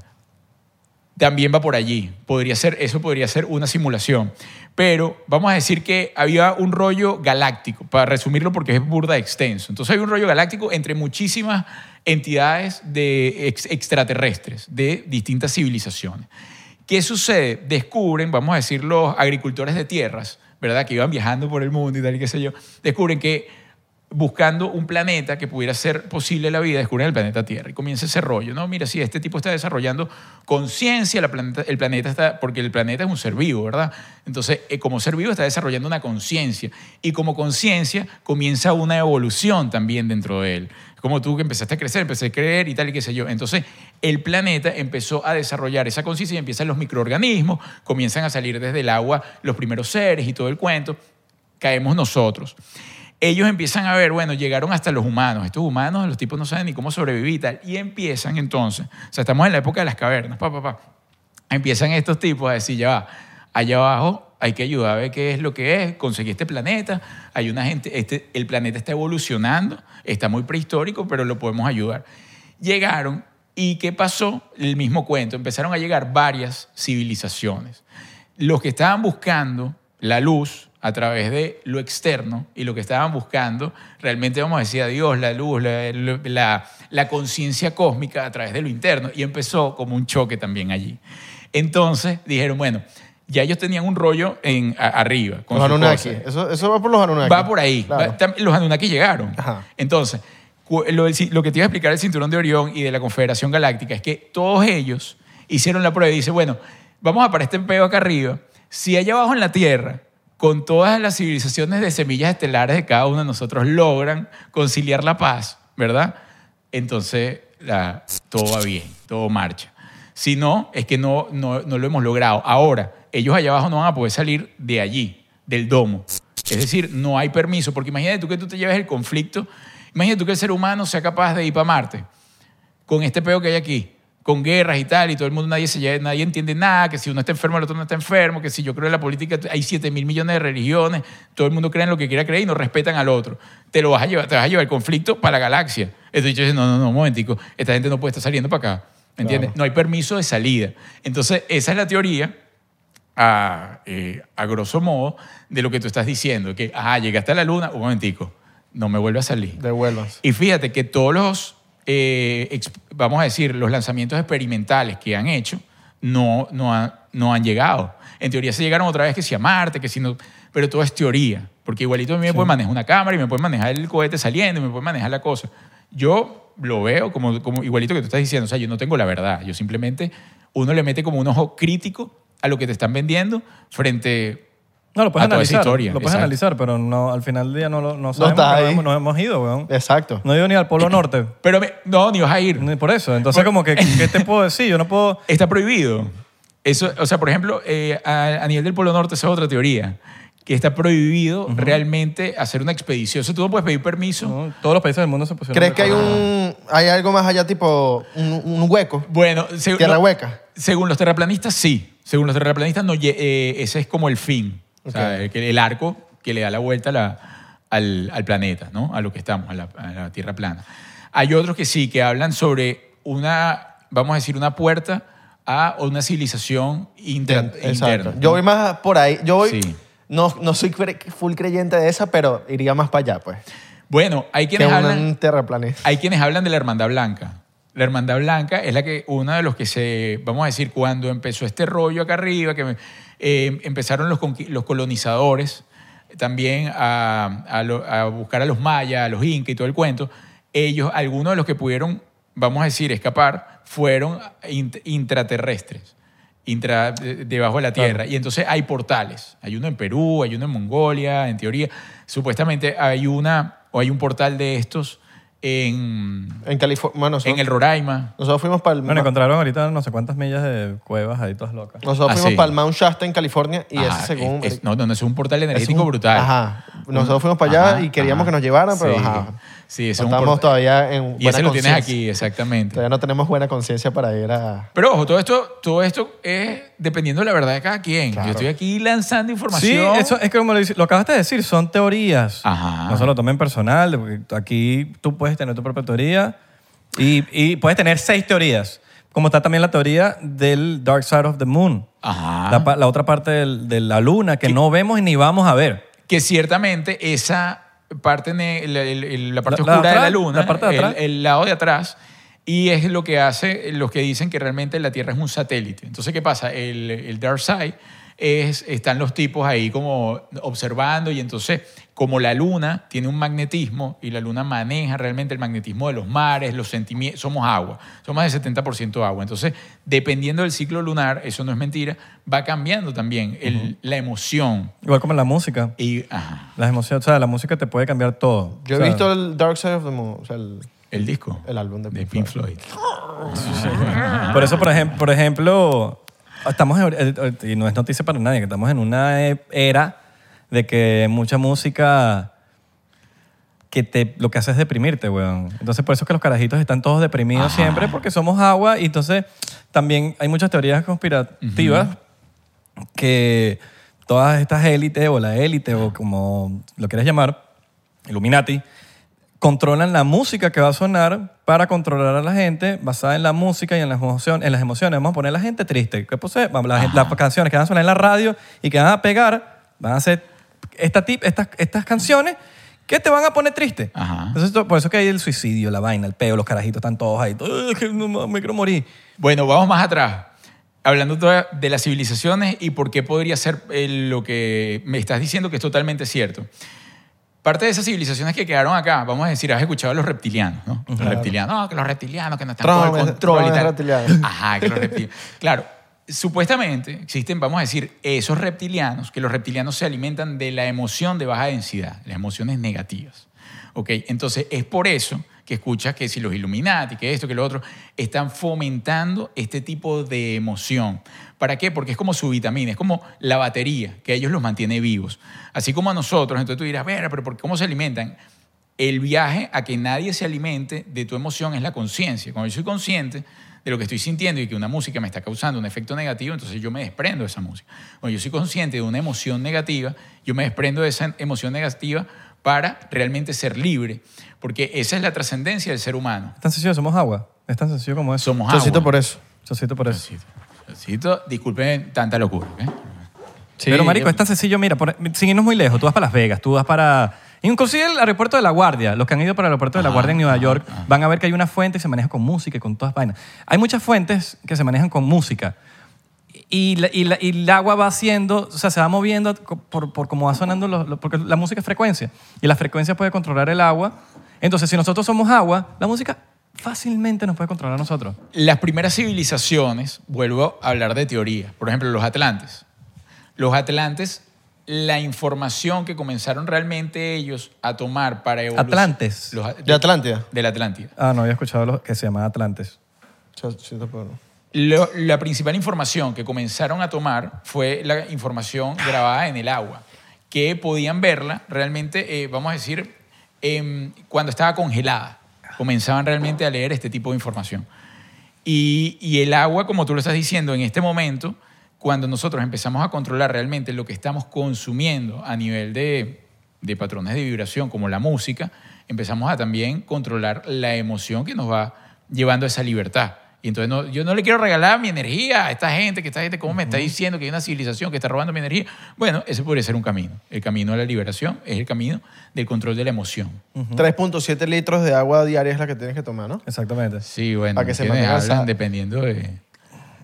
B: también va por allí. Podría ser, eso podría ser una simulación. Pero vamos a decir que había un rollo galáctico, para resumirlo porque es burda extenso. Entonces hay un rollo galáctico entre muchísimas entidades de ex- extraterrestres de distintas civilizaciones. ¿Qué sucede? Descubren, vamos a decir, los agricultores de tierras, ¿verdad? Que iban viajando por el mundo y tal y qué sé yo, descubren que buscando un planeta que pudiera ser posible la vida, descubren el planeta Tierra y comienza ese rollo, ¿no? Mira, si este tipo está desarrollando conciencia, la planeta- el planeta está, porque el planeta es un ser vivo, ¿verdad? Entonces, eh, como ser vivo está desarrollando una conciencia y como conciencia comienza una evolución también dentro de él. Como tú que empezaste a crecer, empecé a creer y tal y qué sé yo. Entonces, el planeta empezó a desarrollar esa conciencia y empiezan los microorganismos, comienzan a salir desde el agua los primeros seres y todo el cuento caemos nosotros. Ellos empiezan a ver, bueno, llegaron hasta los humanos. Estos humanos, los tipos no saben ni cómo sobrevivir y tal. Y empiezan entonces, o sea, estamos en la época de las cavernas, pa, pa, pa. Empiezan estos tipos a decir, ya va, allá abajo hay que ayudar a ver qué es lo que es, conseguí este planeta, hay una gente, este, el planeta está evolucionando, está muy prehistórico, pero lo podemos ayudar. Llegaron y ¿qué pasó? El mismo cuento, empezaron a llegar varias civilizaciones los que estaban buscando la luz a través de lo externo y lo que estaban buscando, realmente vamos a decir a Dios, la luz, la, la- la conciencia cósmica a través de lo interno. Y empezó como un choque también allí. Entonces dijeron, bueno, ya ellos tenían un rollo en, a- arriba. Con
C: Los
B: sus
C: Anunnaki.
B: cosas.
C: Eso, eso va por los Anunnaki.
B: Va por ahí.
C: Claro.
B: Va- tam- los Anunnaki llegaron.
C: Ajá.
B: Entonces, cu- lo, del ci- lo que te iba a explicar el cinturón de Orión y de la Confederación Galáctica es que todos ellos hicieron la prueba y dice, bueno, vamos a parar este peo acá arriba. Si allá abajo en la Tierra, con todas las civilizaciones de semillas estelares de cada uno de nosotros logran conciliar la paz, ¿verdad? Entonces, la- todo va bien, todo marcha. Si no, es que no, no, no lo hemos logrado. Ahora, ellos allá abajo no van a poder salir de allí, del domo. Es decir, no hay permiso, porque imagínate tú que tú te lleves el conflicto, imagínate tú que el ser humano sea capaz de ir para Marte, con este peo que hay aquí, con guerras y tal, y todo el mundo, nadie, se, lleva- nadie entiende nada, que si uno está enfermo, el otro no está enfermo, que si yo creo en la política, hay 7 mil millones de religiones, todo el mundo cree en lo que quiera creer y no respetan al otro. Te lo vas a llevar, te vas a llevar el conflicto para la galaxia. Entonces yo digo, no, no, no, un momentico, esta gente no puede estar saliendo para acá, ¿me entiendes? No hay permiso de salida. Entonces, esa es la teoría a, eh, a grosso modo de lo que tú estás diciendo, que, ah, llegaste a la luna, un momentico, no me vuelve a salir.
C: Devuélvanse.
B: Y fíjate que todos los, eh, ex- vamos a decir, los lanzamientos experimentales que han hecho no, no, han- no han llegado. En teoría se llegaron otra vez que si a Marte, que si no, pero todo es teoría, porque igualito a mí me pueden manejar una cámara y me pueden manejar el cohete saliendo y me pueden manejar la cosa. Yo lo veo como, como igualito que tú estás diciendo, o sea, yo no tengo la verdad, yo simplemente, uno le mete como un ojo crítico a lo que te están vendiendo frente...
A: No, lo puedes
B: a Ah, toda esa
A: analizar.
B: historia,
A: lo puedes
B: exacto.
A: analizar, pero no, al final del día no, lo- no sabemos.
C: estás
A: que nos
C: ahí.
A: hemos- Nos hemos ido, weón.
C: Exacto.
A: No he ido ni al Polo Norte.
B: Pero me- no, ni vas a ir.
A: Ni por eso. Entonces, como que, ¿qué te puedo decir? Yo no puedo.
B: Está prohibido. Eso, o sea, por ejemplo, eh, a, a nivel del Polo Norte, esa es otra teoría, que está prohibido realmente hacer una expedición. O sea, tú no puedes pedir permiso.
A: ¿no? Todos los países del mundo se pusieron.
C: ¿Crees
A: de
C: que hay
A: acuerdo.
C: un hay algo más allá, tipo un, un hueco?
B: Bueno, se-
C: ¿Tierra
B: no-
C: hueca?
B: Según los terraplanistas, sí. Según los terraplanistas, no, lle- eh, ese es como el fin. O sea, el, que- el arco que le da la vuelta a la- al, al planeta, ¿no? A lo que estamos, a la, a la Tierra plana. Hay otros que sí, que hablan sobre una, vamos a decir, una puerta a una civilización inter- interna.
C: Yo voy más por ahí. Yo voy.
B: Sí.
C: No, no soy cre- full creyente de esa, pero iría más para allá, pues.
B: Bueno, hay
C: Que
B: quienes hablan...
C: un terraplanista.
B: Hay quienes hablan de la Hermandad Blanca. La Hermandad Blanca es la que, uno de los que se, vamos a decir, cuando empezó este rollo acá arriba, que eh, empezaron los, conqui- los colonizadores también a, a lo- a buscar a los mayas, a los incas y todo el cuento, ellos, algunos de los que pudieron, vamos a decir, escapar, fueron int- intraterrestres, intra- de- debajo de la tierra. Y entonces hay portales. Hay uno en Perú, hay uno en Mongolia, en teoría. Supuestamente hay una, o hay un portal de estos en,
C: En California. Bueno, nosotros,
B: en el Roraima.
C: nosotros fuimos para el.
A: Bueno, encontraron ahorita no sé cuántas millas de cuevas ahí todas locas.
C: Nosotros
B: Ah,
C: fuimos
B: sí.
C: para el Mount Shasta en California y
B: Ajá,
C: ese según.
B: es- es- no, no, no, es un portal energético
C: un-
B: brutal.
C: Ajá. Nosotros fuimos para allá y queríamos que nos llevaran, pero ajá.
B: Sí, ese es un
C: Estamos
B: portal.
C: todavía en.
B: Y
C: buena
B: ese lo tienes
C: conciencia.
B: aquí, exactamente.
C: Todavía no tenemos buena conciencia para ir a.
B: Pero ojo, todo esto, todo esto es dependiendo de la verdad de cada quien. Yo estoy aquí lanzando
A: Sí,
B: información.
A: eso es que como lo, dice- lo acabas de decir, son teorías.
B: Ajá.
A: No se lo tomen personal, porque aquí tú puedes tener tu propia teoría y, y puedes tener seis teorías. Como está también la teoría del Dark Side of the Moon.
B: Ajá.
A: La, pa- la otra parte del- de la luna que no vemos y ni vamos a ver.
B: que ciertamente esa parte, ne- el- el- el- la parte
A: La- la
B: oscura de la
A: atrás,
B: luna,
A: la parte de
B: el-
A: atrás.
B: El, lado de atrás, y es lo que hace, los que dicen que realmente la Tierra es un satélite. Entonces, ¿qué pasa? El, el Dark Side es, están los tipos ahí como observando y entonces como la luna tiene un magnetismo y la luna maneja realmente el magnetismo de los mares, los sentimientos, somos agua, somos del 70% agua. Entonces, dependiendo del ciclo lunar, eso no es mentira, va cambiando también el- la emoción.
A: Igual como en la música.
B: Y, ajá.
A: Las emociones, o sea, la música te puede cambiar todo.
C: Yo
A: O
C: he
A: sea,
C: visto el Dark Side of the Moon. O sea, el.
B: El disco.
C: El álbum de
B: de
C: Pink
B: Pink Floyd.
A: Por eso, por, ejem- por ejemplo, estamos, en- eh, y no es noticia para nadie, que estamos en una e- era de que mucha música que te, lo que hace es deprimirte, weón. Entonces, por eso es que los carajitos están todos deprimidos siempre, porque somos agua, y entonces también hay muchas teorías conspirativas que todas estas élites, o la élite, o como lo quieras llamar, Illuminati, controlan la música que va a sonar para controlar a la gente basada en la música y en las emociones. En las emociones. Vamos a poner a la gente triste. ¿Qué posee? Vamos, la gente- las canciones que van a sonar en la radio y que van a pegar van a ser esta tip, estas, estas canciones que te van a poner triste.
B: Ajá.
A: Entonces, to- por eso que hay el suicidio, la vaina, el peo, los carajitos están todos ahí. "Ugh, que no mames, me quiero morir.
B: Bueno, vamos más atrás. hablando toda de las civilizaciones y por qué podría ser eh, lo que me estás diciendo que es totalmente cierto. Parte de esas civilizaciones que quedaron acá, vamos a decir, has escuchado a los reptilianos, ¿no? Los reptilianos, no, que los reptilianos que no están
C: Trump
B: bajo
C: es-
B: el control y
C: Trump es
B: tal.
C: reptiliano.
B: Ajá, que los reptilianos. Claro, supuestamente existen, vamos a decir, esos reptilianos, que los reptilianos se alimentan de la emoción de baja densidad, las emociones negativas. ¿Ok? Entonces, es por eso que escuchas que si los Illuminati, que esto, que lo otro, están fomentando este tipo de emoción. ¿Para qué? Porque es como su vitamina, es como la batería que a ellos los mantiene vivos. Así como a nosotros, entonces tú dirás, "Vera, pero ¿por qué- ¿cómo se alimentan? El viaje a que nadie se alimente de tu emoción es la conciencia. Cuando yo soy consciente de lo que estoy sintiendo y que una música me está causando un efecto negativo, entonces yo me desprendo de esa música. Cuando yo soy consciente de una emoción negativa, yo me desprendo de esa emoción negativa para realmente ser libre, porque esa es la trascendencia del ser humano.
A: Es tan sencillo, somos agua. Es tan sencillo como eso.
B: Somos
C: Chocito
B: agua.
C: por eso.
A: Chocito por eso.
B: Chocito. Chocito, disculpen tanta locura. ¿eh? ¿ok?
A: Pero, marico, es tan sencillo. Mira, por- sin irnos muy lejos, tú vas para Las Vegas, tú vas para... Inclusive el aeropuerto de La Guardia. Los que han ido para el aeropuerto de La Guardia en Nueva York van a ver que hay una fuente y se maneja con música y con todas vainas. Hay muchas fuentes que se manejan con música. Y, la- y la- y el agua va haciendo, o sea, se va moviendo co- por, por cómo va sonando, los- los- porque la música es frecuencia. Y la frecuencia puede controlar el agua. Entonces, si nosotros somos agua, la música fácilmente nos puede controlar a nosotros.
B: Las primeras civilizaciones, vuelvo a hablar de teoría, por ejemplo, los atlantes. Los atlantes, la información que comenzaron realmente ellos a tomar para evolucionar.
A: ¿Atlantes?
C: ¿De Atlántida?
B: De la Atlántida.
A: Ah, no había escuchado lo que se llama Atlantes.
C: Chocito por eso.
B: Lo- la principal información que comenzaron a tomar fue la información grabada en el agua, que podían verla realmente, eh, vamos a decir, em, cuando estaba congelada. Comenzaban realmente a leer este tipo de información. Y, y el agua, como tú lo estás diciendo, en este momento, cuando nosotros empezamos a controlar realmente lo que estamos consumiendo a nivel de, de patrones de vibración, como la música, empezamos a también controlar la emoción que nos va llevando a esa libertad. Y entonces no- yo no le quiero regalar mi energía a esta gente, que esta gente, ¿cómo me está diciendo que hay una civilización que está robando mi energía? Bueno, ese podría ser un camino. El camino a la liberación es el camino del control de la emoción.
C: 3.7 litros de agua diaria es la que tienes que tomar, ¿no?
A: Exactamente.
B: Sí, bueno,
C: Para que se
B: ¿quiénes
C: mantenga
B: hablan?
C: esa-
B: dependiendo de...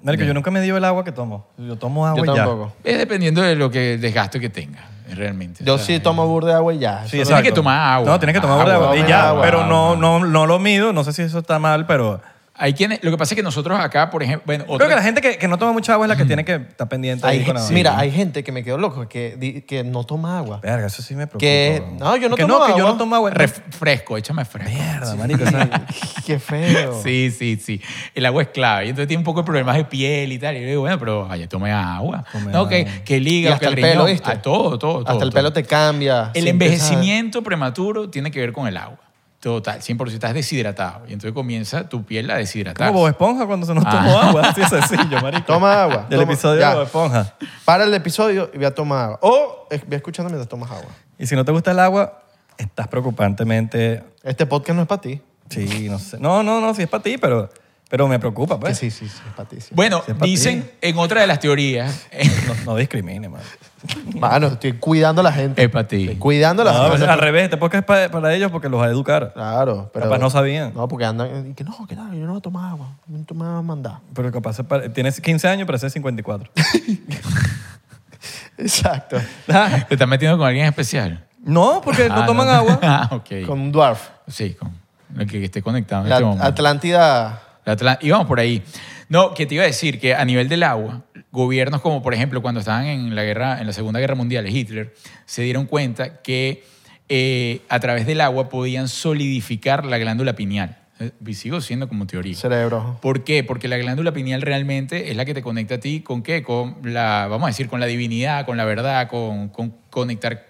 A: Marico, yo nunca me dio el agua que tomo. Yo tomo agua
C: Yo
A: y Ah, ya.
C: tampoco.
B: Es dependiendo de lo que el desgaste que tenga, realmente.
C: Yo
B: O sea,
C: sí tomo burro de agua y ya.
A: Sí,
C: Eso
B: Tienes
A: exacto.
B: que tomar agua.
A: No, tienes que tomar
B: Agua,
A: agua, y
C: agua,
A: ya.
C: agua,
A: pero no,
B: agua.
A: no, no lo mido. No sé si eso está mal, pero.
B: Hay quienes, lo que pasa es que nosotros acá, por ejemplo, bueno, otra-
A: Creo que la gente que, que no toma mucha agua es la que tiene que estar pendiente
C: Hay
A: ahí con
C: gen-
A: agua.
C: Mira, hay gente que me quedó loco que, di- que no toma agua.
A: Verga, eso sí me preocupa.
C: Que-
A: weón.
C: no, yo no
A: que
C: tomo
A: no, que yo
C: agua.
A: no tomo agua.
B: refresco, échame fresco.
A: Mierda, marico. o sea,
C: Qué feo.
B: Sí, sí, sí. El agua es clave. Y entonces tiene un poco de problemas de piel y tal. Y yo digo, bueno, pero vaya, tome agua.
A: Tome
B: no, que,
A: agua.
B: que el
C: Y
B: hígado,
C: hasta
B: que el
C: el pelo,
B: riñón.
C: ¿viste?
B: Ah, todo, todo,
C: Hasta
B: todo,
C: el pelo
B: todo.
C: te cambia.
B: El
C: sí,
B: envejecimiento prematuro tiene que ver con el agua. Total, 100% estás deshidratado. Y entonces comienza tu piel a deshidratarse.
A: como Bob Esponja cuando se nos
B: Ah.
A: tomó agua. Así es sencillo, marico.
C: Toma agua,
A: Del
C: toma-
A: episodio
C: ya.
A: de Bob Esponja.
C: empiezas a- Para el episodio y voy a tomar agua. O eh, ve escuchando mientras tomas agua.
A: Y si no te gusta el agua, estás preocupantemente.
C: Este podcast no es para ti.
A: Sí, no sé. No, no, no, sí es para ti, pero, pero me preocupa,
C: Que
A: pues.
C: sí, sí, sí, es para ti. sí.
B: Bueno,
A: Sepa
B: dicen en otra de las teorías.
A: No, no discrimine, man.
C: Mano, estoy cuidando a la gente.
B: Es para ti.
C: Estoy cuidando a la
A: No,
C: gente.
A: al revés, este podcast es pa- para ellos porque los va a educar.
C: Claro, pero.
A: Capaz no sabían.
C: No, porque andan. y que no, que no, yo no voy a tomar agua. No tomaba mandar.
A: Pero capaz se pare- tienes 15 años, pero haces 54.
C: Exacto.
B: ¿Te estás metiendo con alguien especial?
A: no, porque
B: Ah,
A: no toman
B: no.
A: agua.
B: Ah, ok.
C: Con un dwarf.
B: Sí, con el que esté conectado en
C: La
B: este momento.
C: Atlántida.
B: La Atla- y vamos por ahí. No, que te iba a decir que a nivel del agua, gobiernos como por ejemplo cuando estaban en la guerra, en la Segunda Guerra Mundial, Hitler, se dieron cuenta que eh, a través del agua podían solidificar la glándula pineal. Eh, Y sigo siendo como teoría.
C: Cerebro.
B: ¿Por qué? Porque la glándula pineal realmente es la que te conecta a ti con qué? Con la, vamos a decir, con la divinidad, con la verdad, con, con conectar,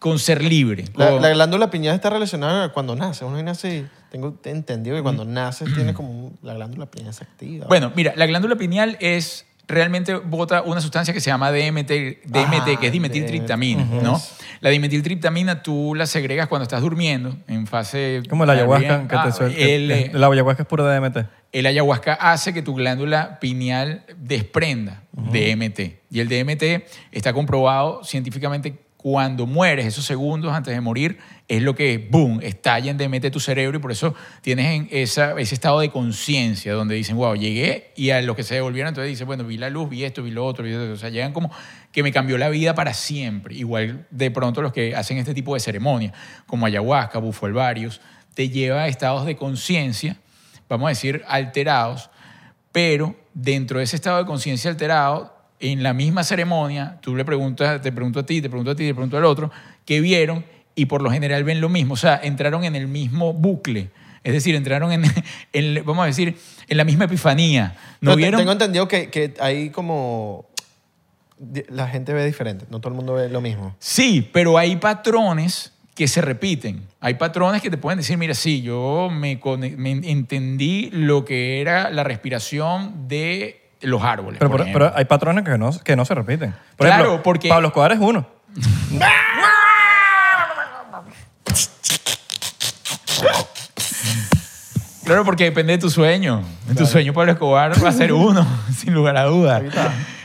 B: con ser libre.
C: La,
B: con-
C: la glándula pineal está relacionada a cuando nace. Uno nace y tengo entendido que cuando naces tienes como un- la glándula pineal se activa.
B: Mm. Bueno, mira, la glándula pineal es realmente bota una sustancia que se llama DMT, DMT
C: Ah,
B: que es dimetiltriptamina,
C: DMT.
B: ¿no? La dimetiltriptamina tú la segregas cuando estás durmiendo en fase
A: Como la ayahuasca que
B: Ah,
A: te suelta.
B: el,
A: La ayahuasca es pura DMT.
B: el ayahuasca hace que tu glándula pineal desprenda DMT. Y el DMT está comprobado científicamente cuando mueres, esos segundos antes de morir, es lo que, boom, estalla en demente tu cerebro y por eso tienes en esa, ese estado de conciencia donde dicen, wow, llegué y a los que se devolvieron, entonces dicen, bueno, vi la luz, vi esto, vi lo otro, vi lo otro. O sea, llegan como que me cambió la vida para siempre. Igual de pronto los que hacen este tipo de ceremonias, como ayahuasca, bufolvarios, te lleva a estados de conciencia, vamos a decir, alterados, pero dentro de ese estado de conciencia alterado, en la misma ceremonia, tú le preguntas, te pregunto a ti, te pregunto a ti, te pregunto al otro, ¿qué vieron? Y por lo general ven lo mismo, o sea, entraron en el mismo bucle. Es decir, entraron en, en, vamos a decir, en la misma epifanía. ¿No
C: Pero te-
B: vieron?
C: Tengo entendido que, que hay como... di- La gente ve diferente, no todo el mundo ve lo mismo.
B: Sí, pero hay patrones que se repiten. Hay patrones que te pueden decir, mira, sí, yo me, cone- me entendí lo que era la respiración de los árboles.
A: Pero,
B: por
A: por-
B: ejemplo.
A: pero hay patrones que no, que no se repiten. Por
B: Claro,
A: ejemplo,
B: porque-
A: Pablo Escobar es uno.
B: Claro, porque depende de tu sueño. En Tu sueño Pablo Escobar va a ser uno, sin lugar a dudas.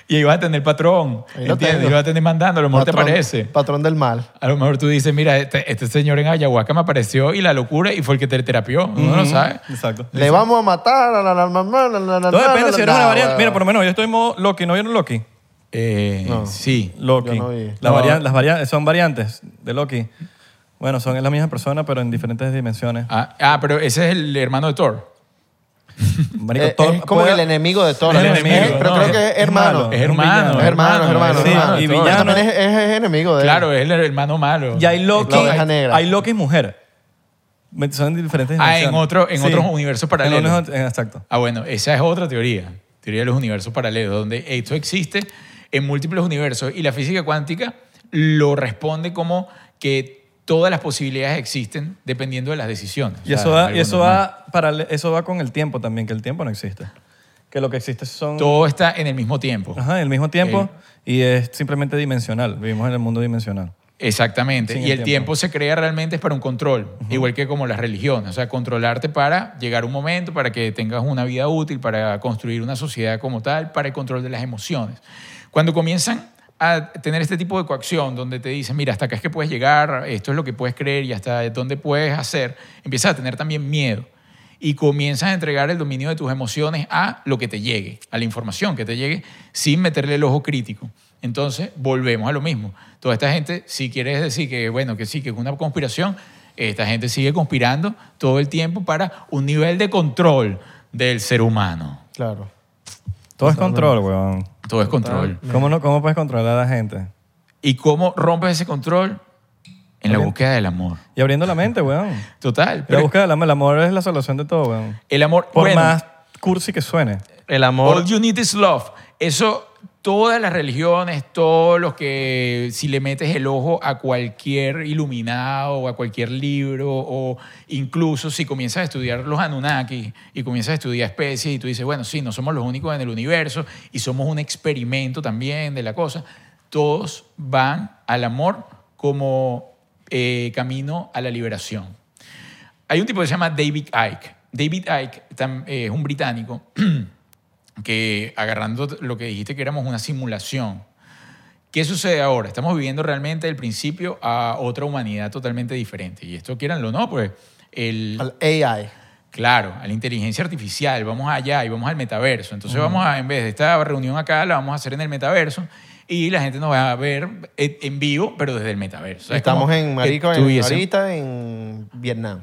B: Y ahí vas a tener patrón,
C: Ahí lo
B: ¿entiendes?
C: tengo.
B: Y vas a tener mandando, a lo mejor te parece.
C: Patrón del mal.
B: A lo mejor tú dices, mira, este, este señor en ayahuasca me apareció y la locura y fue el que te terapió. Uno no lo sabe.
A: Exacto.
C: Le vamos a matar a la la- la- la- la- la- la-
A: Todo depende si eres
C: la-
A: una
C: la-
A: variante. Mira, por lo
C: la-
A: menos yo estoy en modo Loki. ¿No vieron Loki?
B: Eh, Sí.
A: Loki.
C: Yo no vi.
A: La
B: No.
A: varia- las varia- son variantes de Loki. Bueno, son la misma persona, pero en diferentes dimensiones.
B: Ah, ah, pero ese es el hermano de Thor.
A: Marico,
C: Eh,
A: todo-
C: es como
A: puede-
C: el enemigo de todos.
A: Es el
C: ¿no?
A: enemigo,
C: Eh, Pero
A: no,
C: creo que
A: es-
C: es hermano.
A: es
B: Es hermano.
C: Es hermano, es hermano.
A: Sí,
C: es hermano.
A: y
C: Pero
A: villano.
C: También es, es- es enemigo de él.
B: Claro, es el hermano malo.
A: Y hay Loki.
C: La oveja negra.
A: Hay Loki mujer. Me- Son en diferentes
B: Ah, en
A: dimensiones.
B: otro- en otros universos paralelos.
A: En otros- en- exacto.
B: Ah, bueno, esa es otra teoría. Teoría de los universos paralelos, donde esto existe en múltiples universos y la física cuántica lo responde como que todas las posibilidades existen dependiendo de las decisiones.
A: Y
B: O sea,
A: eso va,
B: algo
A: y eso
B: normal.
A: va, para, eso va con el tiempo también, que el tiempo no existe. Que lo que existe son...
B: Todo está en el mismo tiempo.
A: Ajá, en el mismo tiempo y es simplemente dimensional. Vivimos en el mundo dimensional.
B: Exactamente.
A: Sin
B: y
A: el
B: el tiempo.
A: tiempo
B: se crea realmente es para un control, igual que como las religiones, o sea, controlarte para llegar a un momento, para que tengas una vida útil, para construir una sociedad como tal, para el control de las emociones. Cuando comienzan a tener este tipo de coacción, donde te dicen, mira, hasta acá es que puedes llegar, esto es lo que puedes creer y hasta dónde puedes hacer, empiezas a tener también miedo y comienzas a entregar el dominio de tus emociones a lo que te llegue, a la información que te llegue, sin meterle el ojo crítico. Entonces, volvemos a lo mismo. Toda esta gente, si quieres decir que, bueno, que sí, que es una conspiración, esta gente sigue conspirando todo el tiempo para un nivel de control del ser humano.
C: Claro.
A: Todo es control, weón.
B: Todo es control.
A: ¿Cómo, no, ¿Cómo puedes controlar a la gente?
B: ¿Y cómo rompes ese control? En la
A: Bien.
B: búsqueda del amor.
A: Y abriendo la mente, weón.
B: Total.
A: La
B: Pero
A: búsqueda del amor, el amor es la solución de todo, weón.
B: el amor,
A: Por
B: bueno,
A: más cursi que suene.
D: El amor.
B: All you need is love. Eso, todas las religiones, todos los que si le metes el ojo a cualquier iluminado o a cualquier libro o incluso si comienzas a estudiar los Anunnaki y comienzas a estudiar especies y tú dices, bueno, sí, no somos los únicos en el universo y somos un experimento también de la cosa, todos van al amor como eh, camino a la liberación. Hay un tipo que se llama David Icke. David Icke tam- eh, es un británico que agarrando lo que dijiste que éramos una simulación. ¿Qué sucede ahora? Estamos viviendo realmente del principio a otra humanidad totalmente diferente. Y esto quieranlo o no, pues el,
C: Al AI.
B: Claro, a la inteligencia artificial, vamos allá y vamos al metaverso. Entonces vamos a, en vez de esta reunión acá, la vamos a hacer en el metaverso y la gente nos va a ver eh, en vivo, pero desde el metaverso. O sea, es
C: Estamos
B: como
C: en
B: que
C: Marico, en-
B: tuviésemos-
C: ahorita en Vietnam.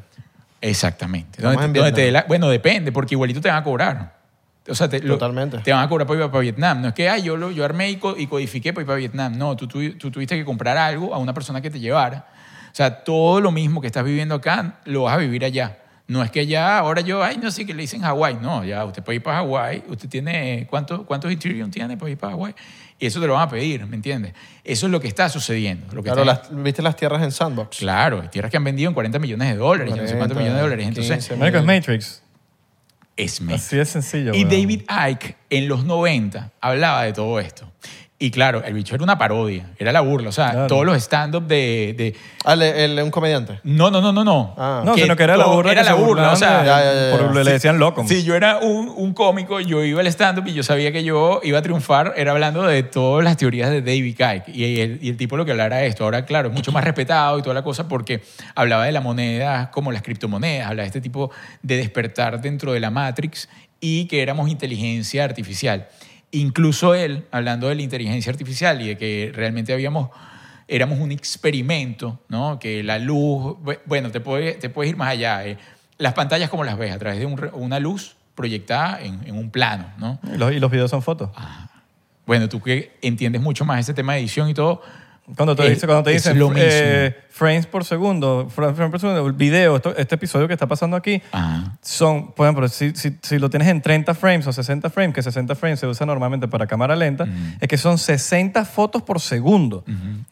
B: Exactamente.
C: Estamos
B: Donde-
C: en
B: donde te dé
C: Vietnam.
B: la- bueno, depende, porque igualito te van a cobrar. O sea, te, lo-
C: Totalmente.
B: te van a cobrar para ir para Vietnam. No es que "Ay, yo, lo, yo armé y, co- y codifiqué para ir para Vietnam. No, tú, tuvi- tú tuviste que comprar algo a una persona que te llevara. O sea, todo lo mismo que estás viviendo acá, lo vas a vivir allá. No es que ya, ahora yo, ay, no sé qué le dicen Hawái. No, ya, usted puede ir para Hawái. Usted tiene, ¿cuánto, ¿cuántos Ethereum tiene para ir para Hawái? Y eso te lo van a pedir, ¿me entiendes? Eso es lo que está sucediendo. Lo que
C: Claro,
B: está-
C: las- ¿viste las tierras en Sandbox?
B: Claro, hay tierras que han vendido en 40 millones de dólares, yo no sé cuántos
C: 40,
B: millones de dólares. Entonces,
C: 15.
A: Marico, es Matrix.
B: es Messi.
A: Así de sencillo,
B: Eh, Y
A: weón.
B: David Icke en los 90 hablaba de todo esto. Y claro, el bicho era una parodia, era la burla. O sea,
A: Claro.
B: todos los stand-up de, de-
C: Ah, le- él es un comediante.
B: No, no, no, no, no.
C: Ah.
A: No, sino que era la
B: todo-
A: burla.
B: Era
A: que
B: la
A: se
B: burla, o
A: burlaban
B: sea...
A: de-
C: Ya, ya, ya, ya.
A: por- le decían loco.
B: Si yo era un, un cómico, yo iba al stand-up y yo sabía que yo iba a triunfar, era hablando de todas las teorías de David Icke y el, y el tipo lo que hablara de esto. Ahora, claro, es mucho más respetado y toda la cosa porque hablaba de la moneda como las criptomonedas, hablaba de este tipo de despertar dentro de la Matrix y que éramos inteligencia artificial. Incluso él, hablando de la inteligencia artificial y de que realmente habíamos éramos un experimento, ¿no? Que la luz, bu- bueno, te puedes, te puedes ir más allá. eh. Las pantallas como las ves, a través de un re- una luz proyectada en, en un plano, ¿no?
A: Y los, y los videos son fotos.
B: Ah. Bueno, tú que entiendes mucho más ese tema de edición y todo,
A: Cuando te,
C: Eh,
B: Es-
A: dice- cuando te
B: es
A: dicen
B: lo mismo.
A: eh, frames por segundo, fra- frames por segundo, el video, esto- este episodio que está pasando aquí,
B: Ajá.
A: son, por ejemplo, si, si, si lo tienes en 30 frames o 60 frames, que 60 frames se usa normalmente para cámara lenta, es que son 60 fotos por segundo.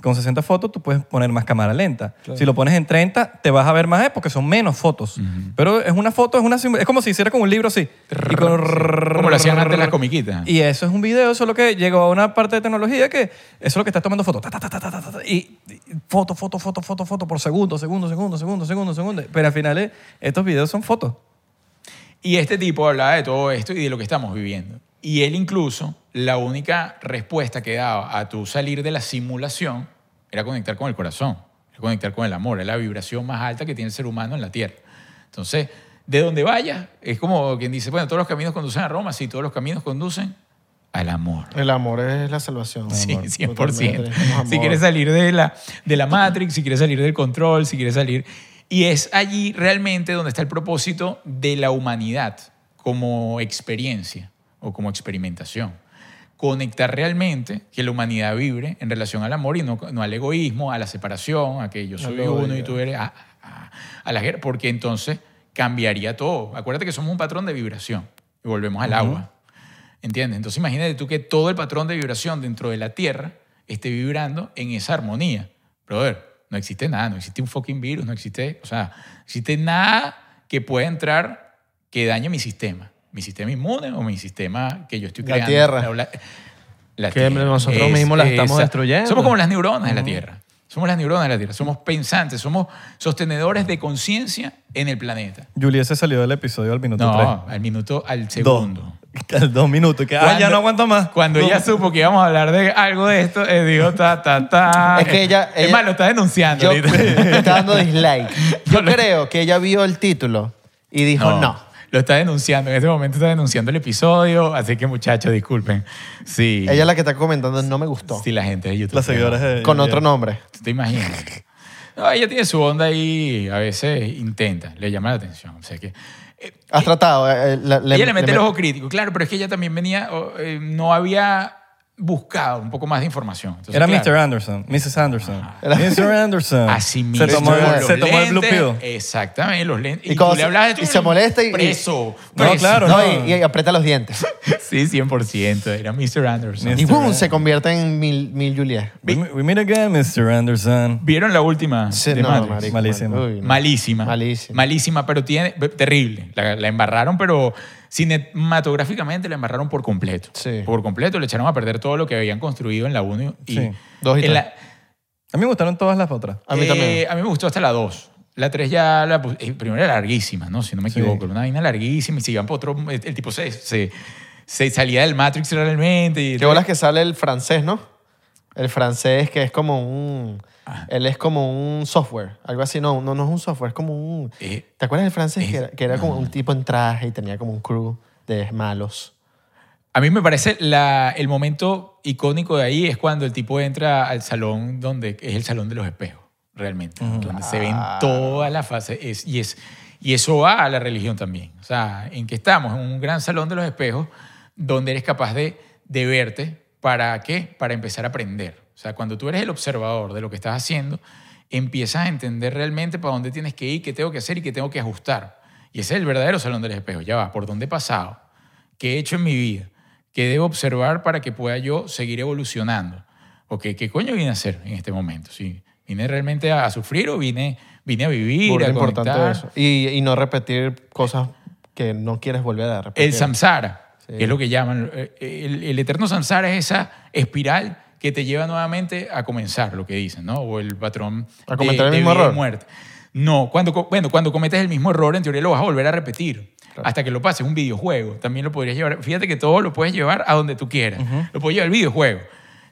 A: Con 60 fotos tú puedes poner más cámara lenta. Si lo pones en 30, te vas a ver más eh, porque son menos fotos. Pero es una foto, es una sim- es como si hiciera con un libro así. Y con-
B: como lo hacían antes las comiquitas.
A: y eso es un video, solo que llegó a una parte de tecnología que eso es lo que estás tomando fotos. ta, ta, ta, ta, ta, ta, ta, Y y foto, foto, foto, foto, foto por segundo, segundo, segundo, segundo, segundo, segundo. Pero al final eh, estos videos son fotos.
B: Y este tipo hablaba de todo esto y de lo que estamos viviendo. Y él incluso, la única respuesta que daba a tu salir de la simulación era conectar con el corazón, era conectar con el amor, es la vibración más alta que tiene el ser humano en la Tierra. Entonces, de donde vayas, es como quien dice, bueno, todos los caminos conducen a Roma, sí, todos los caminos conducen al amor.
C: El amor es la salvación.
B: Sí,
C: amor.
B: 100%.
C: Totalmente, amor.
B: Si quieres salir de la, de la Matrix, si quieres salir del control, si quieres salir... Y es allí realmente donde está el propósito de la humanidad como experiencia o como experimentación. Conectar realmente que la humanidad vibre en relación al amor y no, no al egoísmo, a la separación, a que yo soy
C: odio.
B: uno y tú eres... A, a- a la guerra, porque entonces cambiaría todo. Acuérdate que somos un patrón de vibración y volvemos al agua. ¿Entiendes? Entonces imagínate tú que todo el patrón de vibración dentro de la Tierra esté vibrando en esa armonía. Brother, no existe nada, no existe un fucking virus, no existe, o sea, no existe nada que pueda entrar que dañe mi sistema. Mi sistema inmune o mi sistema que yo estoy
C: La
B: creando.
C: Tierra.
B: La, la
D: Que nosotros mismos la estamos destruyendo.
B: Somos como las neuronas de la Tierra. Somos las neuronas de la Tierra. Somos pensantes, somos sostenedores de conciencia en el planeta.
A: Julie se salió del episodio al minuto
B: No, al minuto, al
A: 3.
B: segundo.
A: Dos. Dos minutos. Que, ah, ya no aguanto más.
B: Cuando ella supo que íbamos a hablar de algo de esto, eh, dijo ta, ta, ta.
C: Es que ella-
B: Es
C: ella-
B: más, lo está denunciando
C: Yo,
B: ahorita.
C: me está dando dislike.
B: No,
C: Yo
B: no.
C: creo que ella vio el título y dijo no.
B: Lo está denunciando. En este momento está denunciando el episodio. Así que, muchachos, disculpen. Sí.
C: Ella es la que está comentando no me gustó.
B: Sí, la gente de YouTube.
A: Las seguidoras de
C: Con
A: Juliet.
C: otro nombre.
B: ¿Tú te imaginas? No, ella tiene su onda y a veces intenta, le llama la atención. O sea que, eh,
C: Has tratado. eh, eh, la- le-
B: ella le mete
C: le
B: el
C: met-
B: ojo crítico, claro, pero es que ella también venía, o, eh, no había buscado un poco más de información. Entonces,
A: Era
B: claro, Ah.
A: Mr. Anderson, Mrs. Anderson.
C: Era-
A: Mr.
C: Ah.
A: Anderson.
B: Así mismo. Eh,
A: Se tomó,
C: Mr.
A: el-
B: Los
A: se tomó el Blue
B: lentes,
A: Pill.
B: Exactamente, los lentes.
C: Y cuando
B: tú le
C: se-
B: hablas de
C: y se molesta y-
B: Preso.
A: No,
B: preso.
A: claro.
C: No,
A: no.
C: Y, y aprieta los dientes.
B: Sí, 100%. Era Mr. Anderson.
C: Y boom, se convierte en mil, mil Juliet.
A: We, we meet again, Mr. Anderson.
B: ¿Vieron la última?
C: Sí,
B: de
C: no,
B: Matrix?
C: marico,
A: Malísimo.
C: mal- uy, no.
B: Malísima.
C: Malísima.
B: Malísima, pero tiene. Terrible. La, la embarraron, pero cinematográficamente la embarraron por completo.
C: Sí.
B: Por completo. Le echaron a perder todo lo que habían construido en la 1 y.
A: Sí.
C: Dos y
B: en
C: tres.
B: la-
A: A mí me gustaron todas las otras.
C: A mí también.
B: eh, a mí me gustó hasta la 2. La 3 ya, la pus- eh, primero era larguísima, ¿no? Si no me
A: Sí.
B: equivoco, era una vaina larguísima y si iban por otro, el, el tipo se, se, se salía del Matrix realmente. Y
C: Qué bolas que sale el francés, ¿no? El francés que es como un...
B: Ah.
C: Él es como un software, algo así. No, no, no es un software, es como un...
B: Eh,
C: ¿Te acuerdas del francés? que era, que era como
B: no.
C: un tipo en traje y tenía como un crew de malos.
B: A mí me parece la, el momento icónico de ahí es cuando el tipo entra al salón donde es el salón de los espejos, realmente, donde se ven todas las fases. Es, y, es, y eso va a la religión también. O sea, en que estamos, en un gran salón de los espejos, donde eres capaz de, de verte. ¿Para qué? Para empezar a aprender. O sea, cuando tú eres el observador de lo que estás haciendo, empiezas a entender realmente para dónde tienes que ir, qué tengo que hacer y qué tengo que ajustar. Y ese es el verdadero salón de los espejos. Ya va, ¿por dónde he pasado? ¿Qué he hecho en mi vida? ¿Qué debo observar para que pueda yo seguir evolucionando? ¿O qué, qué coño vine a hacer en este momento? ¿Sí? ¿Vine realmente a, a sufrir o vine, vine a vivir?
C: Burda
B: a
C: importante
B: conectar?
C: eso. Y, y no repetir cosas que no quieres volver a repetir.
B: El samsara. que es lo que llaman. eh, El, el eterno samsara es esa espiral que te lleva nuevamente a comenzar, lo que dicen, ¿no? O el patrón
C: ¿A cometer el mismo
B: vida y
C: error?
B: muerte. No, cuando, co- bueno, cuando cometes el mismo error, en teoría lo vas a volver a repetir hasta que lo pases. Un videojuego también lo podrías llevar. Fíjate que todo lo puedes llevar a donde tú quieras. Lo puedes llevar al videojuego.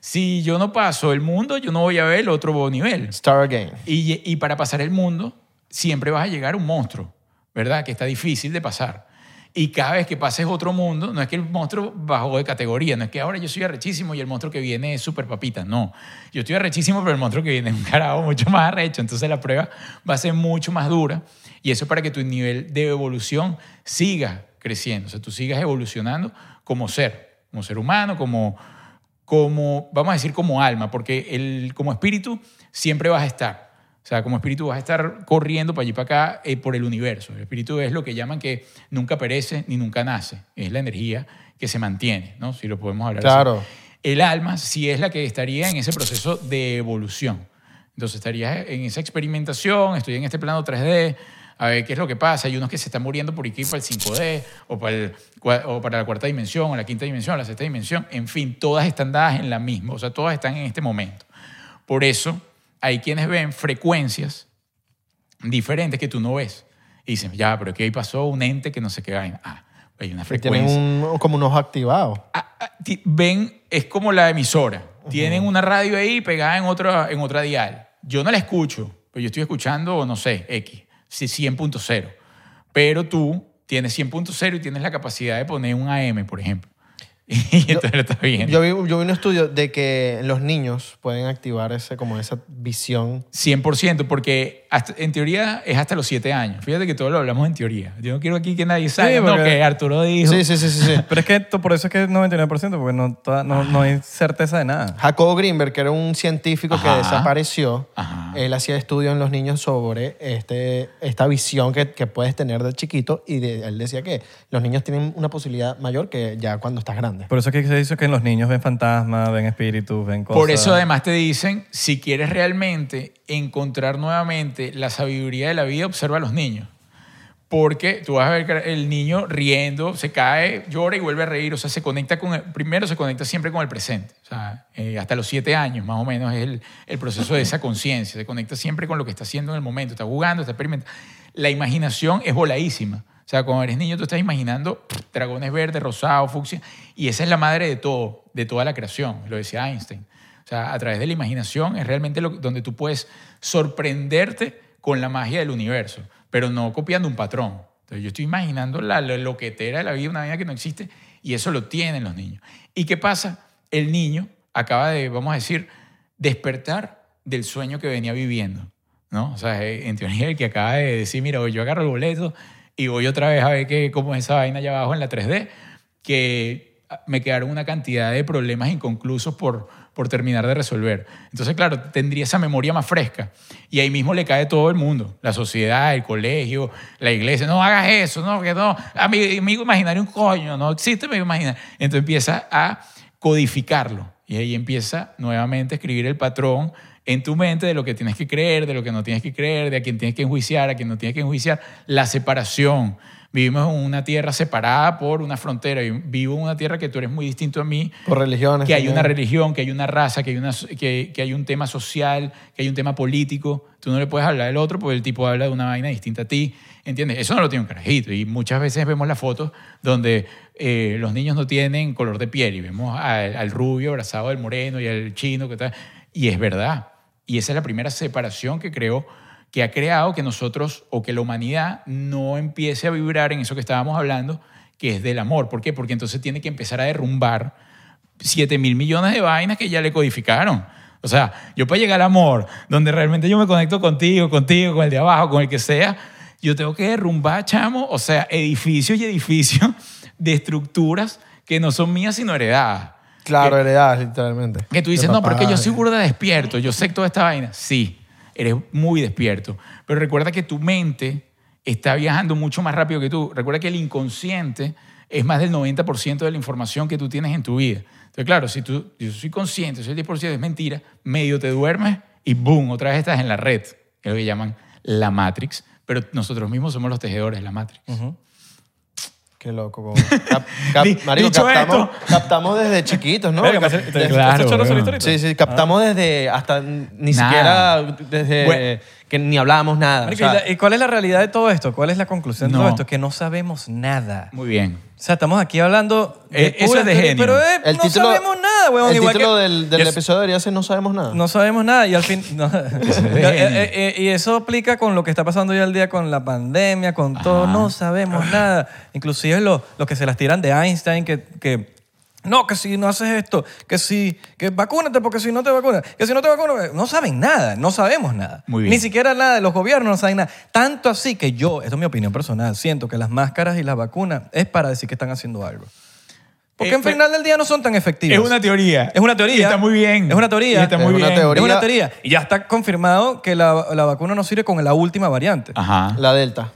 B: Si yo no paso el mundo, yo no voy a ver el otro nivel.
C: Star Again.
B: Y, y para pasar el mundo, siempre vas a llegar a un monstruo, ¿verdad? Que está difícil de pasar. Y cada vez que pases otro mundo, no es que el monstruo bajó de categoría, no es que ahora yo soy arrechísimo y el monstruo que viene es súper papita, no. Yo estoy arrechísimo, pero el monstruo que viene es un carajo mucho más arrecho, entonces la prueba va a ser mucho más dura. Y eso es para que tu nivel de evolución siga creciendo, o sea, tú sigas evolucionando como ser, como ser humano, como, como, vamos a decir, como alma, porque el, como espíritu siempre vas a estar. O sea, como espíritu vas a estar corriendo para allí para acá eh, por el universo. El espíritu es lo que llaman que nunca perece ni nunca nace. Es la energía que se mantiene, ¿no? Si lo podemos hablar. así.
C: Claro.
B: El alma sí es la que estaría en ese proceso de evolución. Entonces estarías en esa experimentación, estoy en este plano 3D, a ver qué es lo que pasa. Hay unos que se están muriendo por aquí para el 5D, o para, el cua- o para la cuarta dimensión, o la quinta dimensión, o la sexta dimensión. En fin, todas están dadas en la misma, o sea, todas están en este momento. Por eso hay quienes ven frecuencias diferentes que tú no ves. Y dicen, ya, pero aquí ahí pasó un ente que no sé qué vaina. Ah, hay una
C: Que
B: frecuencia
C: tienen un- como unos activados.
B: a- a- ti- ven, es como la emisora. Tienen una radio ahí pegada en otra, en otra dial. Yo no la escucho, pero yo estoy escuchando, no sé, X, sí, 100.0. Pero tú tienes 100.0 y tienes la capacidad de poner un AM, por ejemplo. Y entonces lo estás viendo.
C: Yo vi, yo vi un estudio de que los niños pueden activar ese, como esa visión.
B: 100%, porque hasta- en teoría es hasta los 7 años. Fíjate que todo lo hablamos en teoría. Yo no quiero aquí que nadie salga. no,
A: porque-
B: que Arturo dijo.
C: Sí, sí, sí, sí. sí.
A: Pero es que tú- por eso es que es 99%, porque no, toda- no, no hay certeza de nada.
C: Jacobo Greenberg, que era un científico
B: Ajá.
C: que desapareció,
B: Ajá.
C: él hacía estudios en los niños sobre este, esta visión que, que puedes tener de chiquito y de- él decía que los niños tienen una posibilidad mayor que ya cuando estás grande.
A: Por eso es que se dice que en los niños ven fantasmas, ven espíritus, ven cosas.
B: Por eso además te dicen, si quieres realmente encontrar nuevamente la sabiduría de la vida, observa a los niños. Porque tú vas a ver que el niño riendo, se cae, llora y vuelve a reír. O sea, se conecta con, el- primero se conecta siempre con el presente. O sea, eh, hasta los siete años más o menos es el, el proceso de esa conciencia. Se conecta siempre con lo que está haciendo en el momento. Está jugando, está experimentando. La imaginación es voladísima. O sea, cuando eres niño tú estás imaginando pff, dragones verdes, rosados, fucsia. Y esa es la madre de todo, de toda la creación. Lo decía Einstein. O sea, a través de la imaginación es realmente lo- donde tú puedes sorprenderte con la magia del universo, pero no copiando un patrón. Entonces yo estoy imaginando la, la loquetera de la vida, una vida que no existe, y eso lo tienen los niños. ¿Y qué pasa? El niño acaba de, vamos a decir, despertar del sueño que venía viviendo, ¿no? O sea, eh, en teoría el que acaba de decir, mira, hoy yo agarro el boleto y voy otra vez a ver qué, cómo es esa vaina allá abajo en la 3D, que me quedaron una cantidad de problemas inconclusos por, por terminar de resolver. Entonces, claro, tendría esa memoria más fresca. Y ahí mismo le cae todo el mundo, la sociedad, el colegio, la iglesia. No hagas eso, no, que no. A mi amigo imaginario un coño, no existe amigo imaginario. Entonces empieza a codificarlo. Y ahí empieza nuevamente a escribir el patrón en tu mente de lo que tienes que creer, de lo que no tienes que creer, de a quién tienes que enjuiciar, a quién no tienes que enjuiciar, la separación. Vivimos en una tierra separada por una frontera. Yo Vivo en una tierra que tú eres muy distinto a mí,
C: Por religiones.
B: que hay una
C: también.
B: religión, que hay una raza, que hay, una, so- que, que hay un tema social, que hay un tema político. Tú no le puedes hablar del otro porque el tipo habla de una vaina distinta a ti. ¿Entiendes? Eso no lo tiene un carajito. Y muchas veces vemos las fotos donde eh, los niños no tienen color de piel y vemos al, al rubio abrazado del moreno y al chino. Que tal. Y es verdad. Y esa es la primera separación que creó que ha creado que nosotros o que la humanidad no empiece a vibrar en eso que estábamos hablando, que es del amor. ¿Por qué? Porque entonces tiene que empezar a derrumbar 7 mil millones de vainas que ya le codificaron. O sea, yo para llegar al amor, donde realmente yo me conecto contigo, contigo, con el de abajo, con el que sea, yo tengo que derrumbar, chamo, o sea, edificios y edificios de estructuras que no son mías sino heredadas.
C: Claro, heredadas, literalmente.
B: Que tú
C: De
B: dices, no,
C: papá,
B: porque yo soy
C: de-
B: burda de despierto, yo sé toda esta vaina. Sí, eres muy despierto. Pero recuerda que tu mente está viajando mucho más rápido que tú. Recuerda que el inconsciente es más del 90% de la información que tú tienes en tu vida. Entonces, claro, si tú, yo soy consciente, soy el 10%, es mentira, medio te duermes y boom, otra vez estás en la red, que es lo que llaman la Matrix. Pero nosotros mismos somos los tejedores de la Matrix.
A: Ujú.
C: Qué Qué loco. como- Cap, cap-
B: Di-
C: marico,
B: dicho
C: captamos,
B: esto.
C: captamos desde chiquitos, ¿no?
A: Verga,
C: Cap-
A: me hace-
C: desde-
A: ¿estos
E: Claro,
A: chorros son
E: weón.
A: historietas?
C: Sí, sí, captamos desde hasta ni
B: Nada.
C: siquiera desde
B: Bueno.
C: que ni hablábamos nada. o
A: Marico,
C: sea,
A: ¿y, la- y cuál es la realidad de todo esto? ¿Cuál es la conclusión de
B: No.
A: todo esto? Que no sabemos nada.
B: Muy bien.
A: O sea, estamos aquí hablando de
B: Eh, eso
A: pura
B: es de
A: teoría,
B: genio.
A: Pero eh,
C: el
A: no
C: título,
A: sabemos nada, weón.
C: El
A: igual
C: título
A: que-
C: del, del
A: Yo-
C: episodio debería ser No sabemos nada.
A: No sabemos nada y al fin... no.
B: de
A: Eh,
B: genio.
A: eh, eh, y eso aplica con lo que está pasando hoy al día con la pandemia, con todo. No sabemos
B: Ah.
A: nada. Inclusive lo- los que se las tiran de Einstein que... que, no, que si no haces esto, que si, que vacúnate porque si no te vacunas, que si no te vacunas, no saben nada, no sabemos nada.
B: Muy bien.
A: Ni siquiera nada de los gobiernos, no saben nada. Tanto así que yo, esto es mi opinión personal, siento que las máscaras y las vacunas es para decir que están haciendo algo. Porque
B: Eh,
A: en
B: pero-
A: final del día no son tan efectivas.
B: Es una teoría.
A: Es una teoría.
B: Y está muy bien.
A: Es una teoría.
B: Y está
C: Es
B: muy
C: una
B: bien.
C: teoría.
A: Es una teoría. Y ya está confirmado que la, la vacuna no sirve con la última variante.
C: Ah.
B: Ajá.
C: La Delta.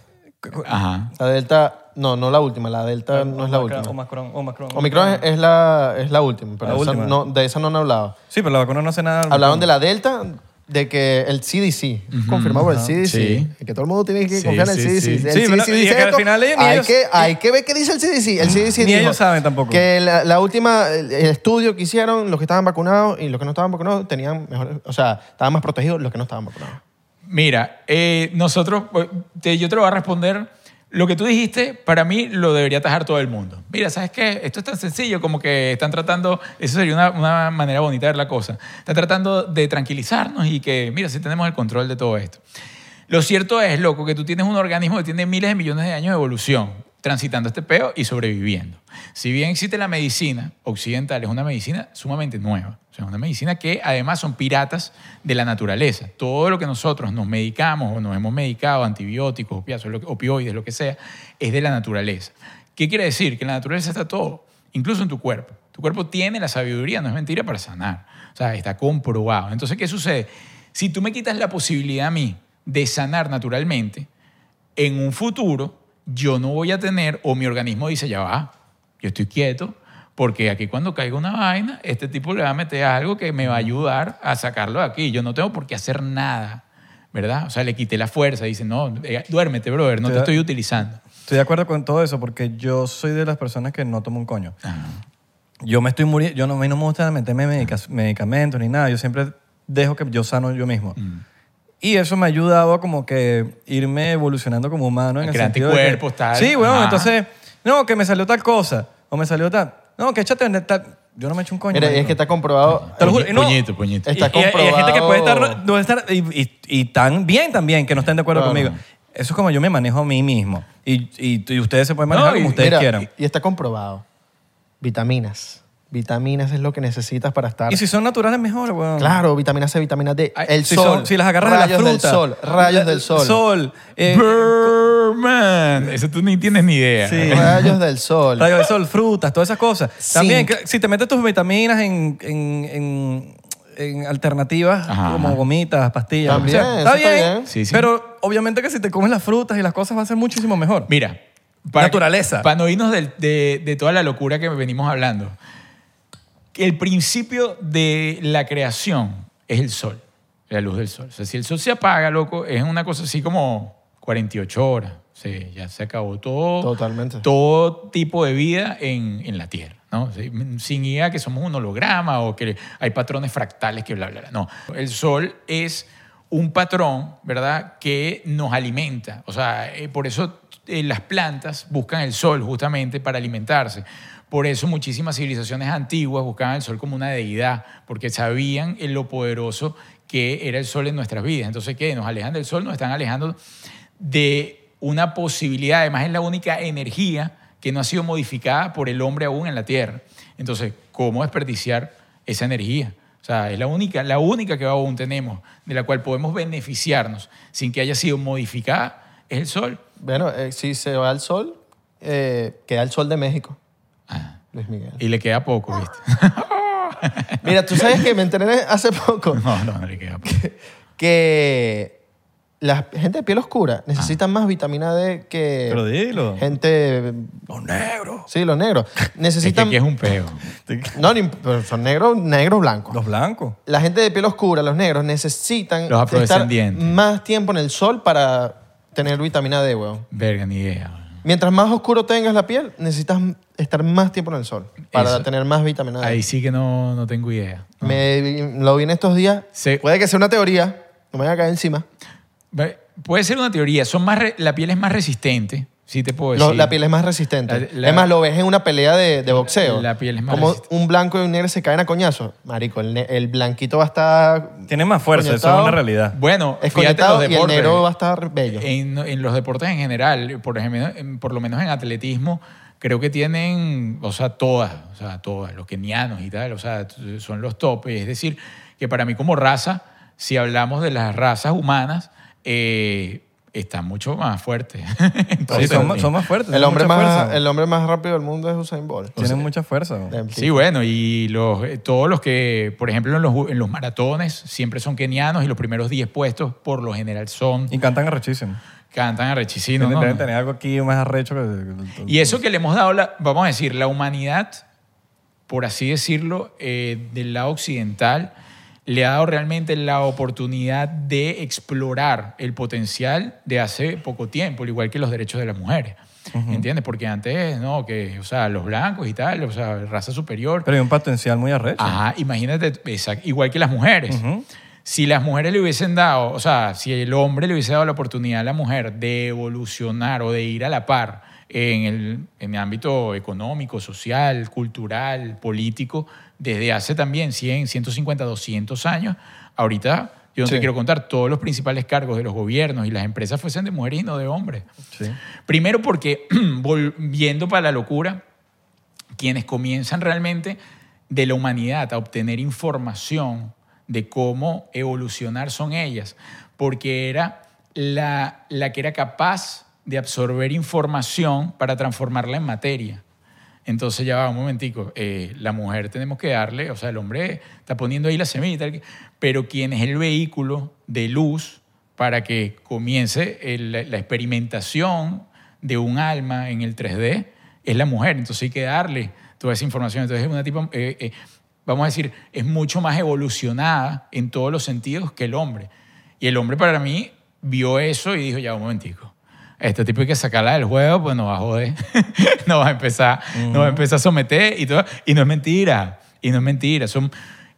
B: Ajá.
C: La Delta, no, no la última, la
A: Ah,
C: Delta no es la última.
A: Omicron, Omicron.
C: Omicron es, es la, es la última, pero
A: La
C: esa
A: última.
C: no- de esa no han hablado.
A: Sí, pero la vacuna no hace nada.
C: Hablaron de la Delta, de que el CDC, confirmado por el CDC,
B: Sí.
C: que todo el mundo tiene que
B: Sí,
C: confiar en el
B: sí,
C: CDC.
B: sí.
C: El
A: Sí,
C: CDC
A: pero- y
C: dice
A: que al
C: esto,
A: final ellos ni
C: hay,
A: ellos-
C: que, hay que ver qué dice el CDC. El CDC
A: Ni
C: dijo
A: ellos saben tampoco.
C: Que la, la última, el el estudio que hicieron, los que estaban vacunados y los que no estaban vacunados tenían mejor, o sea, estaban más protegidos los que no estaban vacunados.
B: Mira, eh, nosotros, pues, te- yo te lo voy a responder. Lo que tú dijiste, para mí lo debería atajar todo el mundo. Mira, ¿sabes qué? Esto es tan sencillo como que están tratando, eso sería una, una manera bonita de ver la cosa, están tratando de tranquilizarnos y que, mira, si tenemos el control de todo esto. Lo cierto es, loco, que tú tienes un organismo que tiene miles de millones de años de evolución, transitando este peo y sobreviviendo. Si bien existe la medicina occidental, es una medicina sumamente nueva. O sea, una medicina que además son piratas de la naturaleza. Todo lo que nosotros nos medicamos o nos hemos medicado, antibióticos, opiáceos, lo que- opioides, lo que sea, es de la naturaleza. ¿Qué quiere decir? Que en la naturaleza está todo, incluso en tu cuerpo. Tu cuerpo tiene la sabiduría, no es mentira, para sanar. O sea, está comprobado. Entonces, ¿qué sucede? Si tú me quitas la posibilidad a mí de sanar naturalmente, en un futuro yo no voy a tener, o mi organismo dice, ya va, yo estoy quieto, porque aquí cuando caiga una vaina, este tipo le va a meter algo que me va a ayudar a sacarlo de aquí. Yo no tengo por qué hacer nada, ¿verdad? O sea, le quité la fuerza, dice, no, eh, duérmete, brother, no
A: Te
B: te
A: da-
B: estoy utilizando.
A: Estoy de acuerdo con todo eso porque yo soy de las personas que no tomo un coño.
B: Ah.
A: Yo me estoy muriendo. Yo no, a mí no me gusta meterme medica- medicamentos ni nada. Yo siempre dejo que yo sano yo mismo. Y eso me ha ayudado a como que irme evolucionando como humano en
B: A
A: el
B: crear
A: sentido de que-
B: anticuerpos, tal.
A: Sí, weón.
B: Ajá.
A: Entonces, no, que me salió tal cosa. O me salió tal. No, que échate en tal. Yo no me echo un coño.
C: Mira, y
A: marico.
C: es que está comprobado.
A: Te lo juro, y no-
B: Puñito, puñito.
C: Está
A: y, y- y hay gente que puede estar,
C: comprobado.
A: no estar- y, y- y tan bien también que no estén de acuerdo
C: Claro.
A: conmigo. Eso es como yo me manejo a mí mismo. Y, y- y ustedes se pueden manejar
B: No, y-
A: como ustedes
C: Mira,
A: quieran.
C: Y, y está comprobado. Vitaminas. Vitaminas es lo que necesitas para estar.
A: Y, si son naturales, mejor, weón.
C: Claro, vitamina C, vitamina D.
A: Ay,
C: el
A: si
C: sol.
A: son- si las agarras de la
C: rayos
A: fruta.
C: del sol. Rayos
A: La-
C: del sol.
A: Sol. eh,
B: Birdman. Eso tú ni tienes ni idea.
A: Sí.
C: Rayos del sol.
A: rayos del sol, frutas, todas esas cosas. También,
C: Zinc.
A: que- si te metes tus vitaminas en, en- en- en alternativas,
B: Ajá.
A: como gomitas, pastillas. lo que
C: También,
A: sea,
C: eso está bien.
B: Sí, sí.
A: Pero obviamente que si te comes las frutas y las cosas va a ser muchísimo mejor.
B: Mira.
A: Naturaleza.
B: Para no irnos del- de, de toda la locura que venimos hablando. El principio de la creación es el sol, la luz del sol. O sea, si el sol se apaga, loco, es una cosa así como 48 horas. Sí, ya se acabó todo.
C: Totalmente.
B: Todo tipo de vida en, en la Tierra. ¿no? Sí, Sin idea que somos un holograma o que hay patrones fractales que bla, bla, bla. No. El sol es un patrón, ¿verdad?, que nos alimenta. O sea, eh, por eso eh, las plantas buscan el sol justamente para alimentarse. Por eso muchísimas civilizaciones antiguas buscaban el sol como una deidad, porque sabían en lo poderoso que era el sol en nuestras vidas. Entonces, ¿qué? Nos alejan del sol, nos están alejando de una posibilidad, además es la única energía que no ha sido modificada por el hombre aún en la Tierra. Entonces, ¿cómo desperdiciar esa energía? O sea, es la única, la única que aún tenemos, de la cual podemos beneficiarnos sin que haya sido modificada, es el sol.
C: Bueno, eh, si se va al sol, eh, queda el sol de México.
B: Ah,
C: Luis Miguel.
B: y le queda poco, ¿viste?
C: Mira, tú sabes que me enteré hace poco
B: No, no, no le queda poco.
C: que la gente de piel
B: Ah.
C: oscura necesita más vitamina D que
A: Pero dilo.
C: gente...
A: Los negros.
C: Sí, los negros.
B: Es que
C: Necesitan...
B: aquí es un peo.
C: No, ni- pero son negros, negros blancos.
A: Los blancos.
C: la gente de piel oscura, los negros, necesitan
B: Los
C: estar
B: afrodescendientes.
C: más tiempo en el sol para tener vitamina D, weón.
B: Verga, ni idea.
C: Mientras más oscuro tengas la piel, necesitas estar más tiempo en el sol para
B: Eso.
C: tener más vitamina D.
B: Ahí sí que no, no tengo idea. No.
C: Me lo vi en estos días.
B: Se-
C: Puede que sea una teoría, no me voy a caer encima.
B: Ve, Puede ser una teoría. Son más re- la piel es más resistente, Pues sí te puedo
C: Lo-
B: decir.
C: La piel es más resistente.
B: La- la-
C: es más, lo ves en una pelea de, de boxeo.
B: La piel es más
C: Como
B: resistente.
C: un blanco y un negro se caen a coñazo. Marico, el, ne- el blanquito va a estar...
A: Tiene más fuerza, eso es
C: Coñetado.
A: una realidad.
B: Bueno, fíjate
C: Escoñetado
B: los
C: y el
B: deportes.
C: negro va a estar bello.
B: En, en los deportes en general, por, ejemplo, en- por lo menos en atletismo, creo que tienen, o sea, todas, o sea, todas, los kenianos y tal, o sea, t- son los topes. Es decir, que para mí como raza, si hablamos de las razas humanas, eh, están mucho más fuertes.
A: Sí,
B: Entonces,
A: son, más- son más fuertes.
C: el,
A: tienen
C: hombre
A: mucha
C: más,
A: fuerza.
C: el hombre más rápido del mundo es Usain Bolt.
A: Tienen mucha fuerza. bro.
C: Eh,
B: Sí, bueno, y los, eh, todos los que, por ejemplo, en los, en los maratones siempre son kenianos y los primeros 10 puestos por lo general son,
A: Y cantan arrechísimo.
B: cantan arrechicinos.
A: Tienen
B: ¿no?
A: deben tener algo aquí más arrecho que... que-
B: Y eso que le hemos dado, la- vamos a decir, la humanidad, por así decirlo, eh, del lado occidental, le ha dado realmente la oportunidad de explorar el potencial de hace poco tiempo, al igual que los derechos de las mujeres. ¿Entiendes? Porque antes, no, que, o sea, los blancos y tal, o sea, raza superior.
A: Pero hay un potencial muy arrecho.
B: Ajá, imagínate, exact- igual que las mujeres. Si las mujeres le hubiesen dado, o sea, si el hombre le hubiese dado la oportunidad a la mujer de evolucionar o de ir a la par en el, en el ámbito económico, social, cultural, político, desde hace también 100, 150, 200 años, ahorita yo no te
C: Sí.
B: quiero contar, todos los principales cargos de los gobiernos y las empresas fuesen de mujeres y no de hombres.
A: Sí.
B: Primero porque, volviendo para la locura, quienes comienzan realmente de la humanidad a obtener información de cómo evolucionar son ellas, porque era la, la que era capaz de absorber información para transformarla en materia. Entonces ya va, un momentico, eh, la mujer tenemos que darle, o sea, el hombre está poniendo ahí la semilla, y tal, pero quien es el vehículo de luz para que comience el- la experimentación de un alma en el 3D es la mujer, entonces hay que darle toda esa información. Entonces es una tipa, eh, eh, vamos a decir, es mucho más evolucionada en todos los sentidos que el hombre. Y el hombre para mí vio eso y dijo, ya, un momentico. Este tipo hay que sacarla del juego, pues nos va a joder. nos, va a empezar, nos va a empezar a someter y todo. Y no es mentira. Y no es mentira. Son,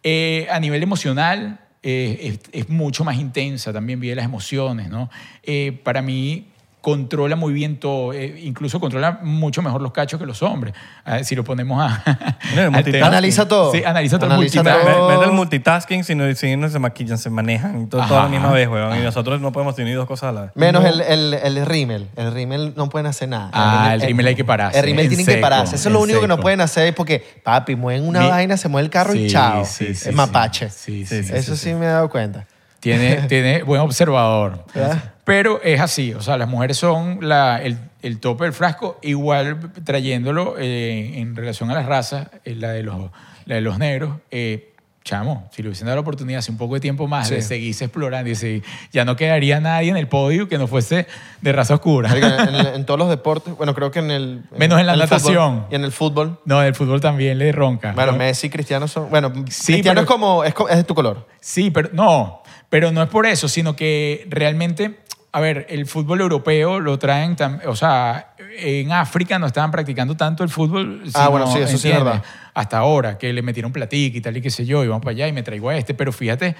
B: eh, a nivel emocional eh, es, es mucho más intensa. También vive las emociones, ¿no? Eh, para mí controla muy bien todo. eh, incluso controla mucho mejor los cachos que los hombres. A ver, si lo ponemos a...
A: Mira, el
B: al
A: multitasking.
B: tema.
C: Analiza todo.
B: Sí, analiza todo el
C: Analiza
A: Ve-
B: multitasking.
C: todo.
A: ve- Vete el multitasking si no, si no se maquillan, se manejan todo, todo a la
B: Ajá.
A: misma vez, weón. Y nosotros no podemos tener dos cosas a la vez.
C: Menos el, el, el rímel. El rímel no pueden hacer nada.
B: Ah, el rímel hay que pararse,
C: El rímel
B: en
C: tienen que
B: seco,
C: pararse. Eso es lo
B: en
C: único que no
B: seco.
C: pueden hacer porque, papi, mueven una
B: Mi-
C: vaina, se mueve el carro y
B: Sí,
C: chao.
B: sí, sí,
C: es
B: sí.
C: mapache.
A: Sí,
B: Sí, sí,
A: sí,
B: sí.
C: Eso sí, me he dado cuenta.
B: Tiene, tiene buen observador.
C: ¿Verdad?
B: Pero es así, o sea, las mujeres son la- el, el tope del frasco, igual trayéndolo eh, en relación a las razas, eh, la, de los, la de los negros. eh, chamo, si le hubiesen dado la oportunidad hace un poco de tiempo más de seguirse explorando y seguir- ya no quedaría nadie en el podio que no fuese de raza oscura.
C: Marico, en, en- en todos los deportes, bueno, creo que en el.
B: Menos en la
C: el fútbol
B: natación.
C: y en el fútbol.
B: No, el fútbol también le ronca.
C: Bueno,
B: No,
C: Messi y Cristiano son. Bueno,
B: Sí,
C: Cristiano
B: pero-
C: es como. Es, co- es de tu color.
B: Sí, pero no, pero no es por eso, sino que realmente, a ver, el fútbol europeo lo traen, tam- o sea, en África no estaban practicando tanto el fútbol.
C: Ah, bueno, sí, eso sí es verdad.
B: Hasta ahora, que le metieron platica y tal y qué sé yo, y vamos para allá y me traigo a este, pero fíjate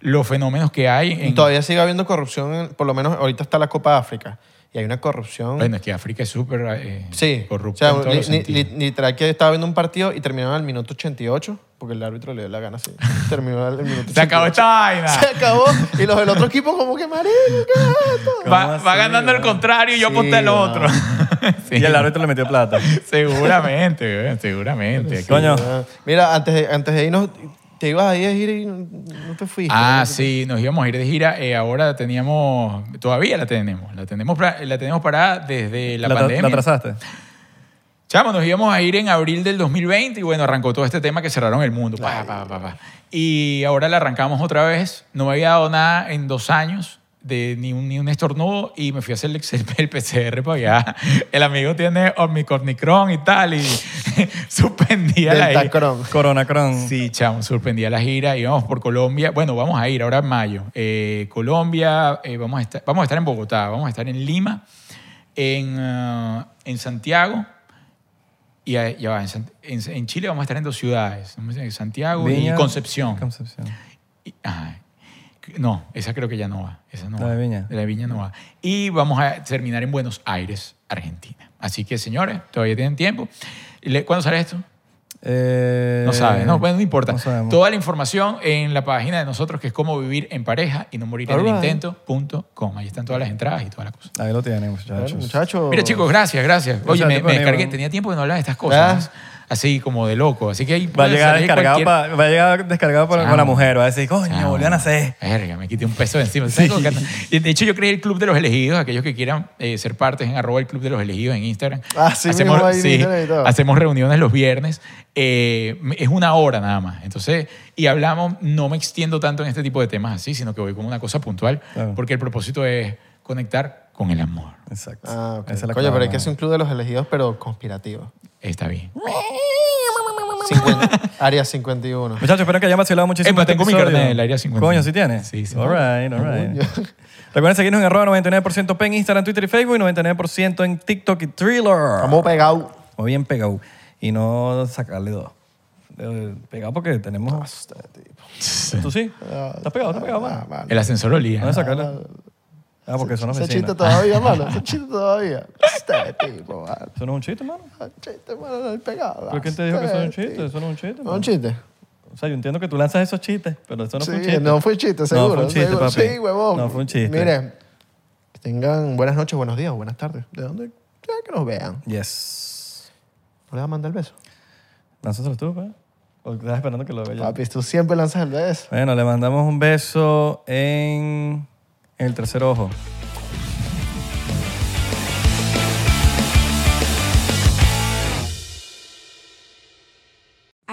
B: los fenómenos que hay en...
C: Todavía sigue habiendo corrupción, en- por lo menos ahorita está la Copa África. Y hay una corrupción.
B: Bueno, es que África es súper eh,
C: Sí.
B: corrupta.
C: O sea,
B: en todos
C: li-
B: los
C: li-
B: sentidos.
C: li- literal que estaba viendo un partido y terminaron al minuto 88, porque el árbitro le dio la gana así. Terminó al minuto
B: Se acabó
C: 88.
B: esta vaina.
C: Se acabó. Y los del otro equipo como que marico. ¿qué es esto?".
A: ¿Cómo
B: Va, va
A: así,
B: ganando el
A: weón?
B: contrario y yo
C: Sí,
B: aposté al
C: weón.
B: otro. Sí.
A: Y el árbitro le metió plata.
B: Seguramente, weón, seguramente. Aquí-
A: Coño.
C: Mira, antes de, antes de irnos, te ibas a ir a ir y no te fuiste.
B: Ah,
C: No sé
B: sí, nos íbamos a ir de gira. eh, ahora teníamos, todavía la tenemos, la tenemos, pra- la tenemos parada desde la,
A: ¿La, tra-
B: pandemia.
A: la atrasaste?
B: Chamo, nos íbamos a ir en abril del 2020 y bueno, arrancó todo este tema que cerraron el mundo. pa, pa, pa, pa. Y ahora la arrancamos otra vez. No me había dado nada en dos años, de ni un, ni un estornudo, y me fui a hacer el, el- el PCR para allá. El amigo tiene Omicron y tal, y
C: qué.
B: suspendía la gira.
C: Deltacron.
A: Corona Cron.
B: Sí, chamo, sorprendía la gira. Íbamos por Colombia. Bueno, vamos a ir ahora en mayo. Eh, Colombia, eh, vamos, a estar, vamos a estar en Bogotá, vamos a estar en Lima, en, ah, en Santiago. Y a- ya va, en, Sant- en- en Chile vamos a estar en dos ciudades, ¿no? En Santiago
A: Viña-
B: y Concepción.
A: Concepción.
B: Y- ajá. No, esa creo que ya no va. Esa no
A: La
B: va.
A: de Viña.
B: La de Viña no va. Y vamos a terminar en Buenos Aires, Argentina. Así que, señores, todavía tienen tiempo. Le- ¿Cuándo sale esto?
A: Eh,
B: No sabe, no, bueno, no importa.
A: no sabemos.
B: Toda la información en la página de nosotros que es cómo vivir en pareja y no morir en el
A: Alright.
B: intento.com. Ahí están todas las entradas y toda la cosa.
A: Ahí lo tienen, muchachos.
C: Bueno, muchachos.
B: Mira, chicos, gracias, gracias. Oye,
A: Oh. Gracias a
B: me,
A: ti por
B: me
A: venir,
B: descargué,
A: man.
B: tenía tiempo de no hablar de estas cosas. Así como de loco. Así que ahí
A: Va a
B: puede
A: llegar
B: salir
A: descargado,
B: cualquier-
A: pa- va a llegar descargado por,
B: Chamo.
A: con la mujer. Va a decir, coño,
B: Chamo.
A: volvían a hacer.
B: Ah, Verga, me quité un peso de encima. ¿Sabes cómo canta? Y De hecho, yo creé el Club de los Elegidos. Aquellos que quieran eh, ser partes en arroba el Club de los Elegidos en Instagram.
C: Ah, sí,
B: hacemos,
C: mismo ahí en
B: sí,
C: Instagram y todo.
B: hacemos reuniones los viernes. Eh, es una hora nada más. Entonces, y hablamos, no me extiendo tanto en este tipo de temas así, sino que voy con una cosa puntual,
A: Claro.
B: porque el propósito es conectar con el amor.
A: Exacto.
C: Ah, ok.
A: Esa es la
C: Coño, pero
A: clave,
C: hay que
A: mano.
C: hacer un club de los elegidos, pero conspirativo.
B: Está bien.
C: Ah. 50 área 51.
A: Muchachos, espero que hayan vacilado muchísimo.
B: Epa,
A: este
B: tengo mi
A: episodio.
B: carnet del Área 50.
A: Coño, ¿sí tienes?
B: Sí, sí.
A: All right, all right. Recuerden seguirnos en arroba 99% P en Instagram, Twitter y Facebook y 99% en TikTok y Thriller.
C: Vamos pegado.
A: O bien pegado. Y no sacarle dos. Eh, Pegado porque tenemos... ¿Tú sí? ¿Estás pegado? ¿Estás pegado,
C: Ah,
A: man?
C: vale.
B: El ascensor olía.
A: No sacarle. Ah, porque son
C: Ese
A: oficinas.
C: chiste todavía, mano. Ese chiste todavía. Este tipo, mano.
A: ¿Eso no es un chiste, mano?
C: Un chiste, mano, del pegado.
A: ¿Pero quién te dijo que eso es un chiste? Eso no es un chiste,
C: ¿No es
A: mano.
C: un chiste?
A: O sea, yo entiendo que tú lanzas esos chistes, pero eso no fue un
C: Sí,
A: chiste.
C: no fue un chiste,
A: No
C: seguro.
A: fue un chiste,
C: seguro.
A: papi.
C: Sí, huevón.
A: No fue un chiste.
C: Mire, tengan buenas noches, buenos días, buenas tardes. De donde sea que nos vean.
A: Yes.
C: No le vas a mandar el beso.
A: Lánzaselo tú, pues. ¿O estás esperando que lo vea yo?
C: Papi, tú siempre lanzas el beso.
A: Bueno, le mandamos un beso en, en el tercer ojo.